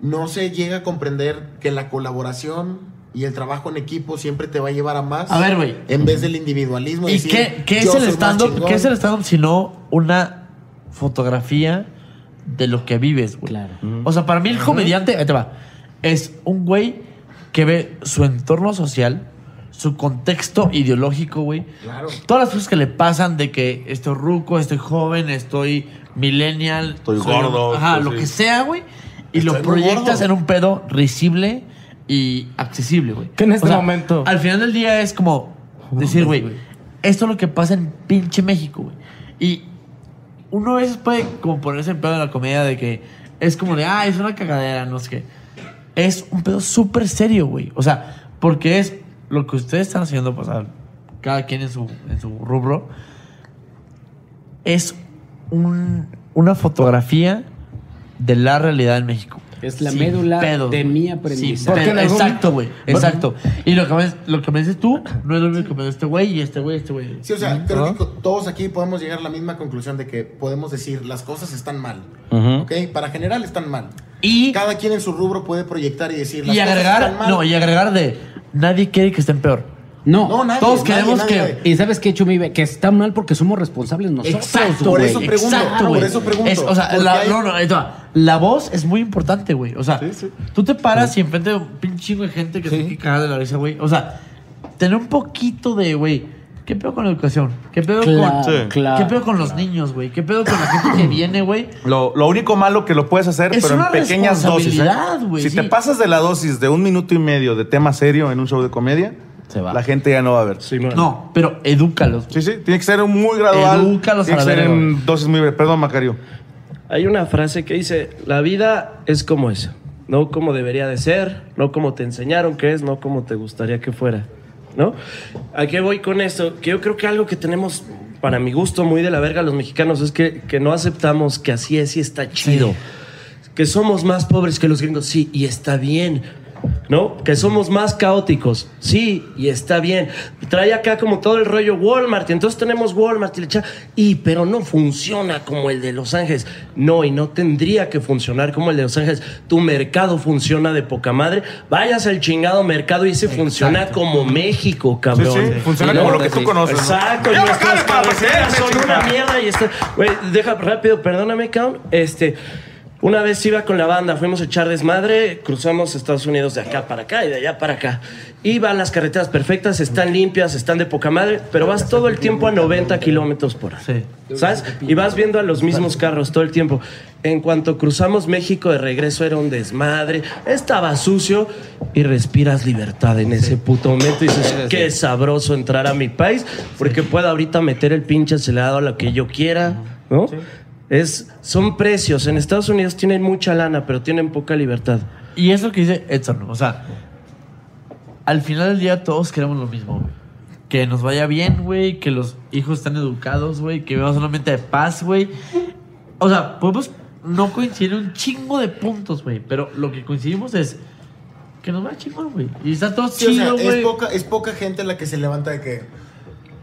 no se llega a comprender que la colaboración y el trabajo en equipo siempre te va a llevar a más. A ver, güey. En vez del individualismo. ¿Y decir, qué, qué yo es el soy más stand-up? chingón. ¿Qué es el stand-up sino una fotografía de lo que vives, güey? Claro. O sea, para mí el comediante, ahí te va, es un güey que ve su entorno social, su contexto ideológico, güey. Claro. Todas las cosas que le pasan de que estoy ruco, estoy joven, estoy millennial. Estoy soy- gordo, Ajá, estoy- lo sí. que sea, güey. Y lo Estoy muy proyectas gordo. en un pedo risible y accesible, güey. Que en este O sea, momento- Al final del día es como decir, güey, esto es lo que pasa en pinche México, güey. Y uno a veces puede como ponerse en pedo en la comedia de que es como de, ah, es una cagadera, no sé qué. Es un pedo súper serio, güey. O sea, porque es lo que ustedes están haciendo pasar, cada quien en su, en su rubro, es un- una fotografía de la realidad en México. Es la Sin médula pedo, de güey. mi Sí, aprendizaje. pero- exacto, güey. Exacto. Y lo que, me, lo que me dices tú no es lo mismo que me dice este güey y este güey, este güey. Sí, o sea, creo Ajá. que co- todos aquí podemos llegar a la misma conclusión de que podemos decir las cosas están mal. ¿Ok? Para general están mal. Y cada quien en su rubro puede proyectar y decir las Y cosas agregar, están mal. no, y agregar de nadie quiere que estén peor. No, No, nadie, todos nadie, queremos nadie, que. nadie. Y sabes qué, Chumibe, que está mal porque somos responsables nosotros. Exacto, güey. por eso pregunto, por eso pregunto. Es, o sea, Porque la, hay- no, no, ahí te va. La voz es muy importante, güey. O sea, tú te paras y enfrente de un pinche chingo de gente que se te caga de la risa, güey. O sea, tener un poquito de, güey, ¿Qué pedo con la educación? ¿Qué pedo, Claro, con, sí. ¿qué pedo con los niños, güey? ¿Qué pedo con la gente que viene, güey? Lo, lo único malo que lo puedes hacer, Es pero en una pequeñas dosis. ¿eh? responsabilidad, güey, Si sí. te pasas de la dosis de un minuto y medio de tema serio en un show de comedia, la gente ya no va a ver. No, pero edúcalos. Sí, sí, tiene que ser un muy gradual. Edúcalos tiene a que la ser verga, en dosis muy. Perdón, Macario. Hay una frase que dice, la vida es como es, no como debería de ser, no como te enseñaron que es, no como te gustaría que fuera, ¿no? ¿A qué voy con esto? Que yo creo que algo que tenemos, para mi gusto, muy de la verga los mexicanos es que, que no aceptamos que así es y está chido. Que somos más pobres que los gringos, sí, y está bien. ¿No? Que somos más caóticos. Sí, y está bien. Trae acá como todo el rollo Walmart. y entonces tenemos Walmart y le echa. Y, pero no funciona como el de Los Ángeles. No, y no tendría que funcionar como el de Los Ángeles. Tu mercado funciona de poca madre. Vayas al chingado mercado y ese funciona como México, cabrón. Sí, sí, funciona Y como no- lo que tú conoces, ¿no? Exacto. Ya y nuestras bájale, cabrón, carreteras sí, son una chingada. mierda y está. Güey, deja rápido, perdóname, Count. Este. Una vez iba con la banda, fuimos a echar desmadre, cruzamos Estados Unidos de acá para acá y de allá para acá. Iban las carreteras perfectas, están limpias, están de poca madre, pero vas todo el tiempo a 90 kilómetros por hora. ¿Sabes? Y vas viendo a los mismos carros todo el tiempo. En cuanto cruzamos México de regreso era un desmadre, estaba sucio y respiras libertad en ese puto momento. Y dices, qué sabroso entrar a mi país porque puedo ahorita meter el pinche acelerado a lo que yo quiera, ¿no? Es, son precios. En Estados Unidos tienen mucha lana, pero tienen poca libertad. Y es lo que dice Edson, o sea, al final del día todos queremos lo mismo, güey. Que nos vaya bien, güey, que los hijos estén educados, güey, que vivamos en un ambiente de paz, güey. O sea, podemos no coincidir en un chingo de puntos, güey, pero lo que coincidimos es que nos va chingón, güey. Y está todo Sí, o sea, chido, güey. es, poca, es poca gente la que se levanta de que.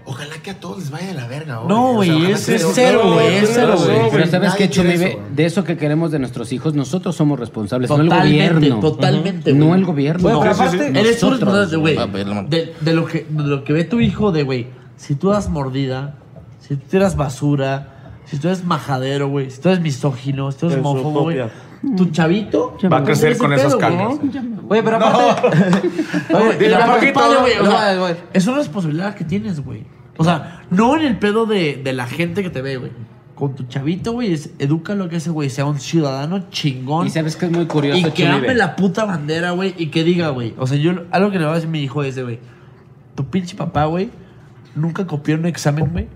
Ojalá que a todos les vaya de la verga, hoy". No, O sea, güey, ojalá es- que- es cero, No, güey, es tienes cero, razón, güey. güey. Pero sabes Nadie que quiere Chumibe, eso. de eso que queremos de nuestros hijos, nosotros somos responsables, Totalmente, no el gobierno. totalmente, No güey. el gobierno. Bueno, No, pero aparte, eres tú nosotros. responsable, güey. Ah, De, de lo que, de lo que ve tu hijo, de güey. Si tú das mordida, si tú tiras basura, si tú eres majadero, güey. Si tú eres misógino, si tú eres Es su homófobo, güey. propia. Tu chavito Va a crecer ese con esas pedo, canas. güey. Güey, pero aparte. Oye, Dile, y la Paquito, preocupada, güey, o no, sea, Es una responsabilidad que tienes, güey. O sea, no en el pedo de, de la gente que te ve, güey. Con tu chavito, güey, es- educa lo que ese güey sea un ciudadano chingón. Y sabes que es muy curioso, Y que Chumibe. ame la puta bandera, güey, y que diga, güey. O sea, yo algo que le voy a decir a mi hijo es de, güey, tu pinche papá, güey, nunca copió en un examen, güey.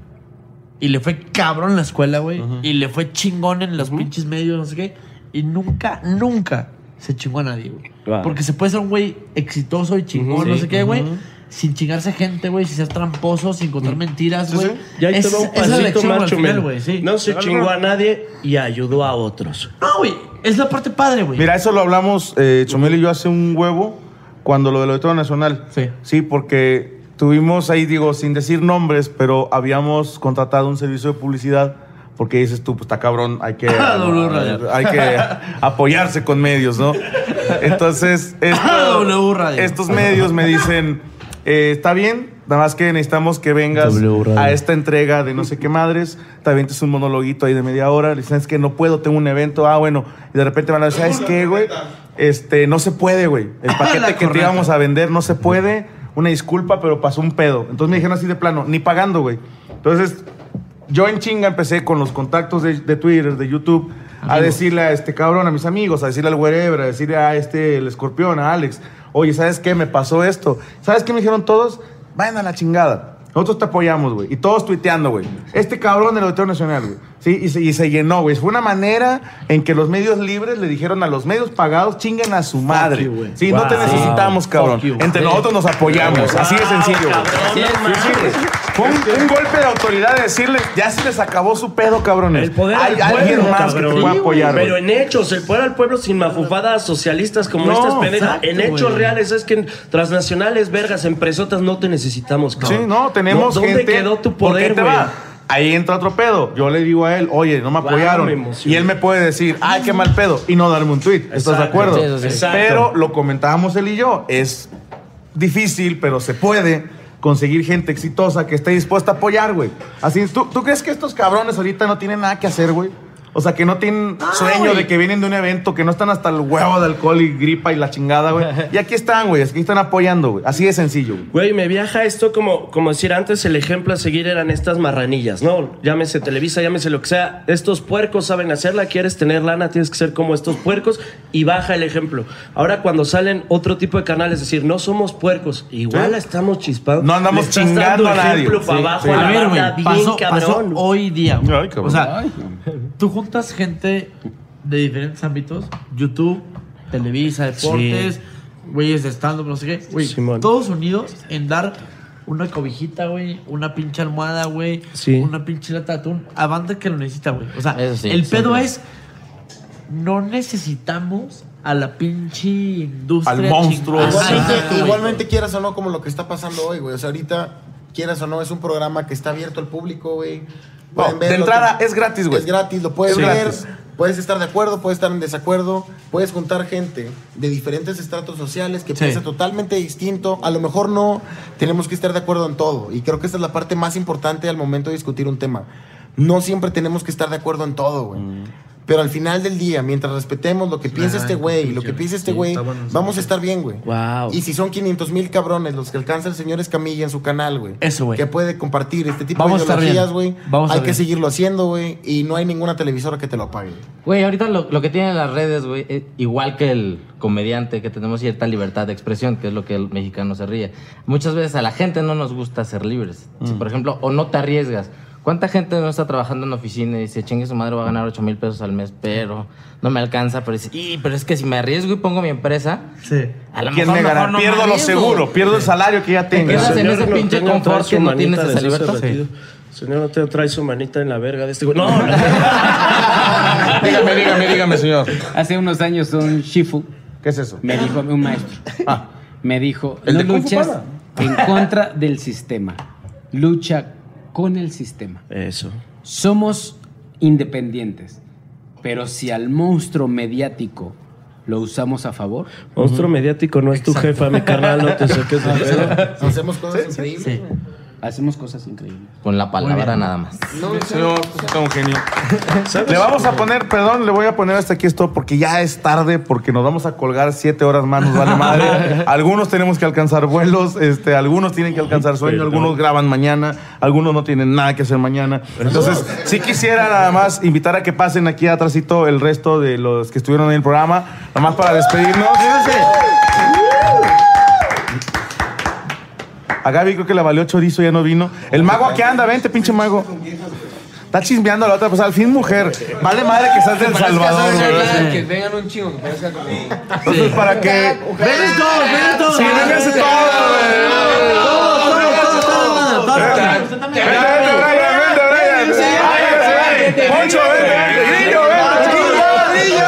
Y le fue cabrón en la escuela, güey. Y le fue chingón en los pinches medios, no sé qué. Y nunca, nunca se chingó a nadie, güey. Claro. Porque se puede ser un güey exitoso y chingón, Ujú. no Sí. sé qué, güey. Ujú. Sin chingarse gente, güey, sin ser tramposo, sin contar mentiras, güey. Y ahí te Esa- va un esa es la pasito lección, güey, al macho, final, men. güey, sí. No se chingó a nadie y ayudó a otros. No, güey, es la parte padre, güey. Mira, eso lo hablamos eh, Chomel y yo hace un huevo cuando lo del Auditorio Nacional. Sí. Sí, porque tuvimos ahí, digo, sin decir nombres, pero habíamos contratado un servicio de publicidad porque dices tú, pues está cabrón, hay que, W Radio. hay que apoyarse con medios, ¿no? Entonces, esto- estos medios me dicen, eh, está bien, nada más que necesitamos que vengas a esta entrega de no sé qué madres, te avientes un monologuito ahí de media hora, le dicen, es que no puedo, tengo un evento, ah, bueno, y de repente van a decir, ¿sabes qué, güey? Este, no se puede, güey. El paquete que te corneta. íbamos a vender no se puede, una disculpa, pero pasó un pedo. Entonces me dijeron así de plano, ni pagando, güey. Entonces, yo en chinga empecé con los contactos de, de Twitter, de YouTube, a decirle a este cabrón, a mis amigos, a decirle al wherever, a decirle a este, el escorpión, a Alex, oye, ¿sabes qué? Me pasó esto. ¿Sabes qué me dijeron todos? Vayan a la chingada. Nosotros te apoyamos, güey. Y todos tuiteando, güey. Este cabrón del Auditorio Nacional, güey. Sí, y se, y se llenó, güey. Fue una manera en que los medios libres le dijeron a los medios pagados, chingan a su madre. sí, no te Wow. necesitamos, cabrón. Fuck you. Entre Sí. nosotros nos apoyamos. Así de sencillo, güey. Así es, Sí, sí, güey. Fue un, un golpe de autoridad de decirles, ya se les acabó su pedo, cabrones. El poder Hay del alguien pueblo, más que cabrón. te va a Sí, apoyar, güey, Pero güey. en hechos, el poder al pueblo sin mafufadas socialistas como No, estas pendejas. exacto, En hechos güey. reales es que transnacionales, vergas, empresotas no te necesitamos, Sí, cabrón. no, tenemos ¿Dónde gente. quedó tu ¿Por qué poder, te güey? va? Ahí entra otro pedo. Yo le digo a él, oye, no me Wow, apoyaron. me emocioné. y él me puede decir, ay, qué mal pedo. Y no darme un tweet. ¿Estás Exacto. de acuerdo? Sí, eso sí. Exacto. Pero lo comentábamos él y yo. Es difícil, pero se puede conseguir gente exitosa que esté dispuesta a apoyar, güey. Así, ¿tú, ¿tú crees que estos cabrones ahorita no tienen nada que hacer, güey? O sea, que no tienen Ah, sueño güey. de que vienen de un evento, que no están hasta el huevo de alcohol y gripa y la chingada, güey. Y aquí están, güey. Aquí están apoyando, güey. Así de sencillo, güey. Güey, me viaja esto como, como decir antes, el ejemplo a seguir eran estas marranillas, ¿no? Llámese Televisa, llámese lo que sea. Estos puercos saben hacerla, quieres tener lana, tienes que ser como estos puercos y baja el ejemplo. Ahora cuando salen otro tipo de canales, decir, no somos puercos, igual Sí. estamos chispados. No andamos Le estás chingando dando a nadie. ejemplo Sí, para sí. abajo a la A ver, banda, güey, bien pasó, cabrón. pasó hoy día. güey. Ay, cabrón. o sea, tú juntas gente de diferentes ámbitos, YouTube, Televisa, deportes, güeyes de stand-up, no sé qué, güey, todos unidos en dar una cobijita, güey, una pinche almohada, güey, una pinche lata de atún, a banda que lo necesita, güey. O sea, Eso sí, el pedo siempre. es, no necesitamos a la pinche industria. chingada, Igualmente, güey. igualmente quieras o no, como lo que está pasando hoy, güey. O sea, ahorita, quieras o no, es un programa que está abierto al público, güey. Pueden No, de verlo, entrada, te- es gratis, güey. Es gratis, lo puedes Es ver. gratis. Puedes estar de acuerdo, puedes estar en desacuerdo. Puedes juntar gente de diferentes estratos sociales que Sí. piensa totalmente distinto. A lo mejor no tenemos que estar de acuerdo en todo. Y creo que esta es la parte más importante al momento de discutir un tema. No siempre tenemos que estar de acuerdo en todo, güey. Mm. Pero al final del día, mientras respetemos lo que piensa Ay, este güey, lo que piensa este Sí, güey, está bueno. vamos a estar bien, güey. Wow. Y si son 500 mil cabrones los que alcanza el señor Escamilla en su canal, güey. Eso, güey. Que puede compartir este tipo Vamos a de estar ideologías, bien. güey. Vamos a Hay estar que bien. seguirlo haciendo, güey. Y no hay ninguna televisora que te lo apague. Güey, ahorita lo, lo que tienen las redes, güey, es igual que el comediante, que tenemos cierta libertad de expresión, que es lo que el mexicano se ríe. Muchas veces a la gente no nos gusta ser libres. Si, Mm. por ejemplo, o no te arriesgas. ¿Cuánta gente no está trabajando en oficina y dice, chingue su madre, va a ganar 8 mil pesos al mes, pero no me alcanza? Pero dice, y, pero es que si me arriesgo y pongo mi empresa, a lo ¿Quién mejor, me mejor gana? no me pierdo lo arriesgo. seguro, pierdo el salario que ya Te tengo. quedas en Señor, ese no pinche tengo confort trazo que no manita tienes de esa César libertad. Batido. Señor, no te traes su manita en la verga de este güey. No, no. Dígame, dígame, dígame, señor. Hace unos años un shifu. ¿Qué es eso? Ah. Me dijo un maestro. Me dijo, ¿El no de Kung Fu luchas Panda? en contra del sistema. Lucha con el sistema. Eso. Somos independientes. Pero si al monstruo mediático lo usamos a favor. Monstruo mediático no es tu jefa, mi carnal, no te saques de pedo. Hacemos cosas increíbles. Hacemos cosas increíbles. Con la Muy palabra bien. pues, nada más. Señor, está un genio. Le vamos a poner, perdón, le voy a poner hasta aquí esto porque ya es tarde, porque nos vamos a colgar siete horas más, nos vale madre. Algunos tenemos que alcanzar vuelos, este, algunos tienen que alcanzar sueño, Perdón. Pues algunos graban mañana, algunos no tienen nada que hacer mañana. Entonces, sí quisiera nada más invitar a que pasen aquí atrásito el resto de los que estuvieron en el programa, nada más para despedirnos. A Gaby creo que le valió chorizo, ya no vino. El mago aquí anda, vente, pinche mago. Está chismeando a la otra, pues al fin mujer. Vale madre que seas del Parece Pues, que Salvador. haces güey. nada, Sí. Que tengan un chingo, que parezca como. Entonces, para que. Vengan todos, vengan todos. Sí, vénganse todos, güey. Vente, vente, Brian, vente, Brian. Brian, vente. Poncho, vente. Grillo, vente.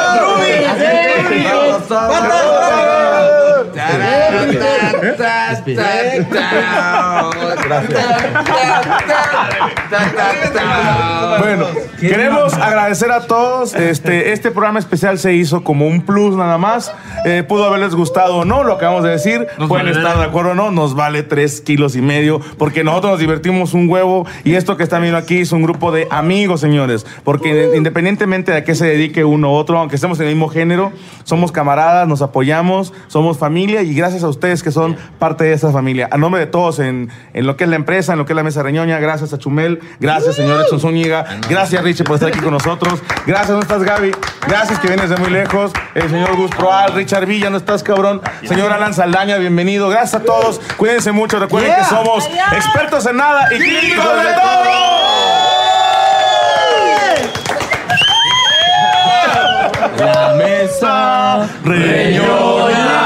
Bueno, queremos agradecer a todos. Este, este programa especial se hizo como un plus nada más. Eh, pudo haberles gustado o no, lo acabamos de decir. Nos Pueden vale estar verga. de acuerdo o no, nos vale tres kilos y medio, porque nosotros nos divertimos un huevo. Y esto que están viendo aquí es un grupo de amigos, señores. Porque independientemente de a qué se dedique uno u otro, aunque estemos en el mismo género, somos camaradas, nos apoyamos, somos familia y gracias a ustedes que son parte de esa familia. A nombre de todos, en, en lo que es la empresa, en lo que es la mesa reñoña, gracias a Chumel, gracias, señor Edson Zúñiga, gracias, Richie, por estar aquí con nosotros. Gracias, ¿dónde estás, Gaby? Gracias que vienes de muy lejos. El señor Gus Proal, Richard Villa, ¿no estás, cabrón? Señor Alan Saldaña, bienvenido. Gracias a todos. Cuídense mucho. Recuerden que Yeah. somos expertos en nada y críticos de todo. La mesa reñoña. 아!